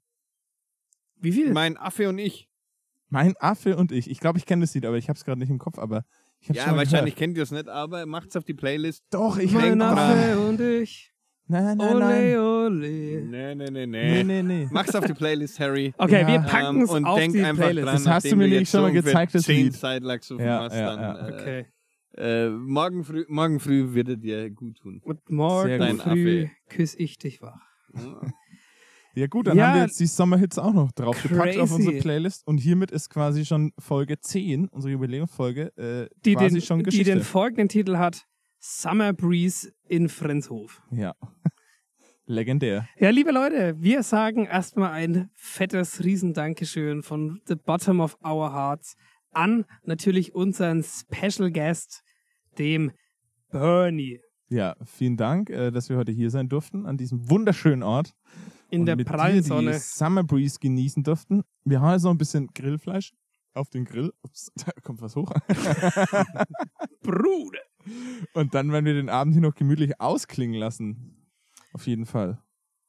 Speaker 1: Wie viel?
Speaker 3: Mein Affe und ich.
Speaker 2: Mein Affe und ich. Ich glaube, ich kenne das Lied, aber ich habe es gerade nicht im Kopf, aber ich habe
Speaker 3: Ja,
Speaker 2: schon mal
Speaker 3: wahrscheinlich kennt ihr es nicht, aber macht's auf die Playlist.
Speaker 2: Gehört. Doch, ich
Speaker 1: mein
Speaker 3: denk
Speaker 1: Affe und ich.
Speaker 2: Nein, nein, nein.
Speaker 1: Ole, ole.
Speaker 3: Nee, nee,
Speaker 2: Nee,
Speaker 3: nee, nee.
Speaker 2: nee, nee.
Speaker 3: Mach's auf die Playlist, Harry.
Speaker 1: Okay,
Speaker 2: Ja.
Speaker 1: wir packen es
Speaker 3: ähm, und
Speaker 1: auf
Speaker 3: denk
Speaker 1: die
Speaker 3: einfach
Speaker 1: Playlist.
Speaker 3: dran,
Speaker 2: Das hast
Speaker 3: nachdem
Speaker 2: du mir nämlich
Speaker 3: jetzt
Speaker 2: schon mal
Speaker 3: ungefähr
Speaker 2: gezeigt, das
Speaker 3: zehn
Speaker 2: Lied.
Speaker 3: Zeitlachsen
Speaker 2: Ja,
Speaker 3: hast,
Speaker 2: ja,
Speaker 3: dann,
Speaker 2: ja.
Speaker 1: Okay.
Speaker 3: äh, äh, morgen, früh, morgen früh wird er dir gut tun.
Speaker 1: Und
Speaker 2: Sehr
Speaker 1: morgen
Speaker 3: gut.
Speaker 1: früh
Speaker 3: Dein
Speaker 1: küsse ich dich wach.
Speaker 2: Ja gut, dann
Speaker 1: Ja.
Speaker 2: haben wir jetzt die Sommerhits auch noch draufgepackt auf
Speaker 1: Crazy.
Speaker 2: unsere Playlist und hiermit ist quasi schon Folge 10, unsere Jubiläumsfolge, äh,
Speaker 1: Die
Speaker 2: quasi
Speaker 1: den,
Speaker 2: schon
Speaker 1: die
Speaker 2: Geschichte.
Speaker 1: den folgenden Titel hat: Summer Breeze in Frenzhof.
Speaker 2: ja. Legendär.
Speaker 1: Ja, liebe Leute, wir sagen erstmal ein fettes Riesendankeschön von the bottom of our hearts an natürlich unseren Special Guest, dem Bernie,
Speaker 2: Ja, vielen Dank, äh, dass wir heute hier sein durften an diesem wunderschönen Ort.
Speaker 1: in
Speaker 2: und
Speaker 1: der
Speaker 2: mit
Speaker 1: prallen
Speaker 2: dir die
Speaker 1: Sonne.
Speaker 2: Summer Breeze genießen durften. Wir haben jetzt noch ein bisschen Grillfleisch auf den Grill. Ups, da kommt was hoch.
Speaker 1: Bruder!
Speaker 2: Und dann werden wir den Abend hier noch gemütlich ausklingen lassen. Auf jeden Fall.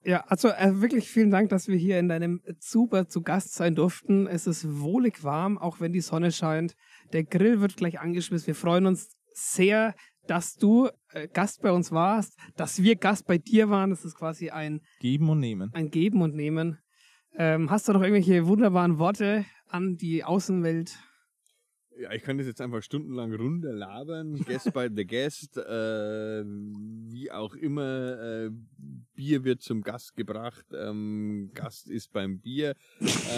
Speaker 1: Ja, also äh, wirklich vielen Dank, dass wir hier in deinem Zuber zu Gast sein durften. Es ist wohlig warm, auch wenn die Sonne scheint. Der Grill wird gleich angeschmissen. Wir freuen uns sehr, dass du äh, Gast bei uns warst, dass wir Gast bei dir waren. Das ist quasi ein,
Speaker 2: Geben und nehmen.
Speaker 1: ein Geben und Nehmen. Ähm, hast du noch irgendwelche wunderbaren Worte an die Außenwelt?
Speaker 3: Ja, ich kann das jetzt einfach stundenlang runterlabern. Guest by the Guest, äh, wie auch immer, äh, Bier wird zum Gast gebracht, ähm, Gast ist beim Bier,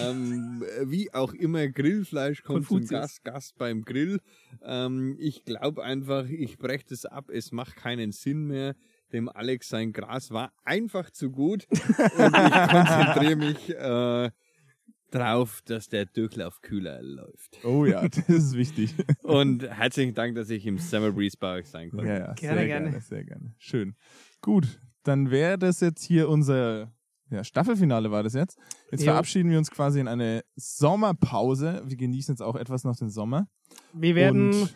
Speaker 3: ähm, äh, wie auch immer, Grillfleisch kommt zum
Speaker 1: Konfuzius.
Speaker 3: Gast, Gast beim Grill. Ähm, ich glaube einfach, ich breche das ab, es macht keinen Sinn mehr. dem Alex sein Gras war einfach zu gut. Und ich konzentriere mich äh, drauf, dass der Durchlauf kühler läuft.
Speaker 2: Oh ja, das ist wichtig.
Speaker 3: Und herzlichen Dank, dass ich im Summer Breeze bei euch sein
Speaker 2: Ja,
Speaker 3: konnte.
Speaker 2: ja,
Speaker 1: Gerne,
Speaker 2: sehr
Speaker 1: gerne.
Speaker 2: Sehr gerne. Schön. Gut, dann wäre das jetzt hier unser ja, Staffelfinale war das jetzt. Jetzt
Speaker 1: Jo.
Speaker 2: verabschieden wir uns quasi in eine Sommerpause. Wir genießen jetzt auch etwas noch den Sommer.
Speaker 1: Wir werden,
Speaker 2: Und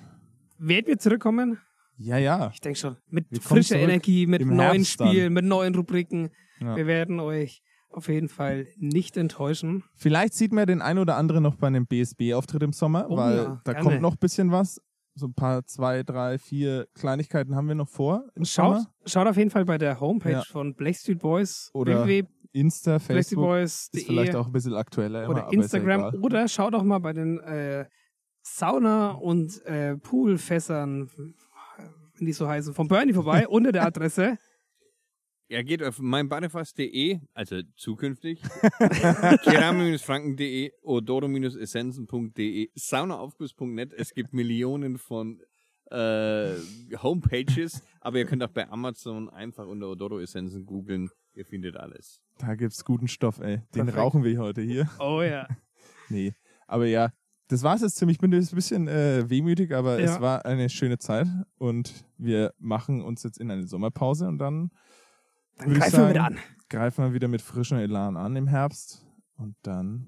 Speaker 1: werden wir zurückkommen?
Speaker 2: ja, ja.
Speaker 1: Ich denke schon. Mit
Speaker 2: Wir kommen
Speaker 1: frischer
Speaker 2: zurück
Speaker 1: Energie, mit
Speaker 2: im
Speaker 1: neuen
Speaker 2: Herbst dann.
Speaker 1: Spielen, mit neuen Rubriken.
Speaker 2: Ja.
Speaker 1: Wir werden euch auf jeden Fall nicht enttäuschen.
Speaker 2: Vielleicht sieht man den einen oder anderen noch bei einem BSB-Auftritt im Sommer,
Speaker 1: Oh
Speaker 2: weil
Speaker 1: ja,
Speaker 2: da
Speaker 1: gerne.
Speaker 2: kommt noch ein bisschen was. So ein paar, zwei, drei, vier Kleinigkeiten haben wir noch vor im
Speaker 1: Schaut,
Speaker 2: Sommer.
Speaker 1: schaut auf jeden Fall bei der Homepage
Speaker 2: Ja.
Speaker 1: von Blackstreet Boys
Speaker 2: Oder Insta, Facebook ist vielleicht
Speaker 1: www.blackstreetboys.de
Speaker 2: auch ein bisschen aktueller. immer,
Speaker 1: E. oder
Speaker 2: aber ist ja
Speaker 1: Instagram
Speaker 2: egal.
Speaker 1: oder schaut doch mal bei den äh, Sauna- und äh, Poolfässern, wenn die so heißen, von Bernie vorbei, unter der Adresse.
Speaker 3: Er geht auf meinbadefass.de, also zukünftig, keram-franken.de, odoro-essenzen.de, saunaaufguss.net. Es gibt Millionen von äh, Homepages, aber ihr könnt auch bei Amazon einfach unter Odoro Essenzen googeln. Ihr findet alles.
Speaker 2: Da gibt's guten Stoff, ey. Den
Speaker 1: Perfekt.
Speaker 2: rauchen wir heute hier.
Speaker 1: Oh ja.
Speaker 2: Nee. Aber ja, das war's jetzt ziemlich. Ich bin jetzt ein bisschen äh, wehmütig, aber
Speaker 1: Ja.
Speaker 2: es war eine schöne Zeit und wir machen uns jetzt in eine Sommerpause und dann,
Speaker 1: Dann
Speaker 2: würd ich
Speaker 1: greifen wir
Speaker 2: sagen,
Speaker 1: wieder an.
Speaker 2: greifen wir wieder mit frischem Elan an im Herbst und dann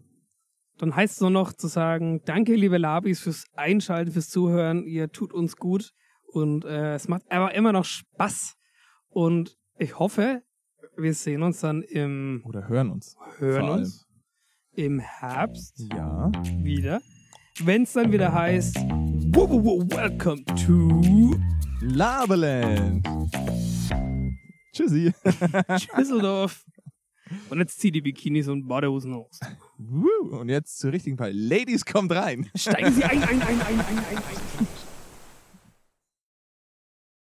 Speaker 1: Dann heißt es nur noch zu sagen, danke liebe Labis fürs Einschalten, fürs Zuhören. Ihr tut uns gut und äh, es macht aber immer noch Spaß. Und ich hoffe, wir sehen uns dann im
Speaker 2: oder hören uns.
Speaker 1: Hören
Speaker 2: vor
Speaker 1: uns im Herbst
Speaker 2: allem. Ja.
Speaker 1: wieder. Wenn es dann wieder heißt, wo, wo, wo, welcome to
Speaker 2: Labeland. Tschüssi.
Speaker 1: Düsseldorf. Und jetzt zieh die Bikinis und Badehosen aus.
Speaker 2: Woo. Und jetzt zur richtigen Fall. Ladies, kommt rein.
Speaker 1: Steigen Sie ein, ein, ein, ein, ein, ein, ein.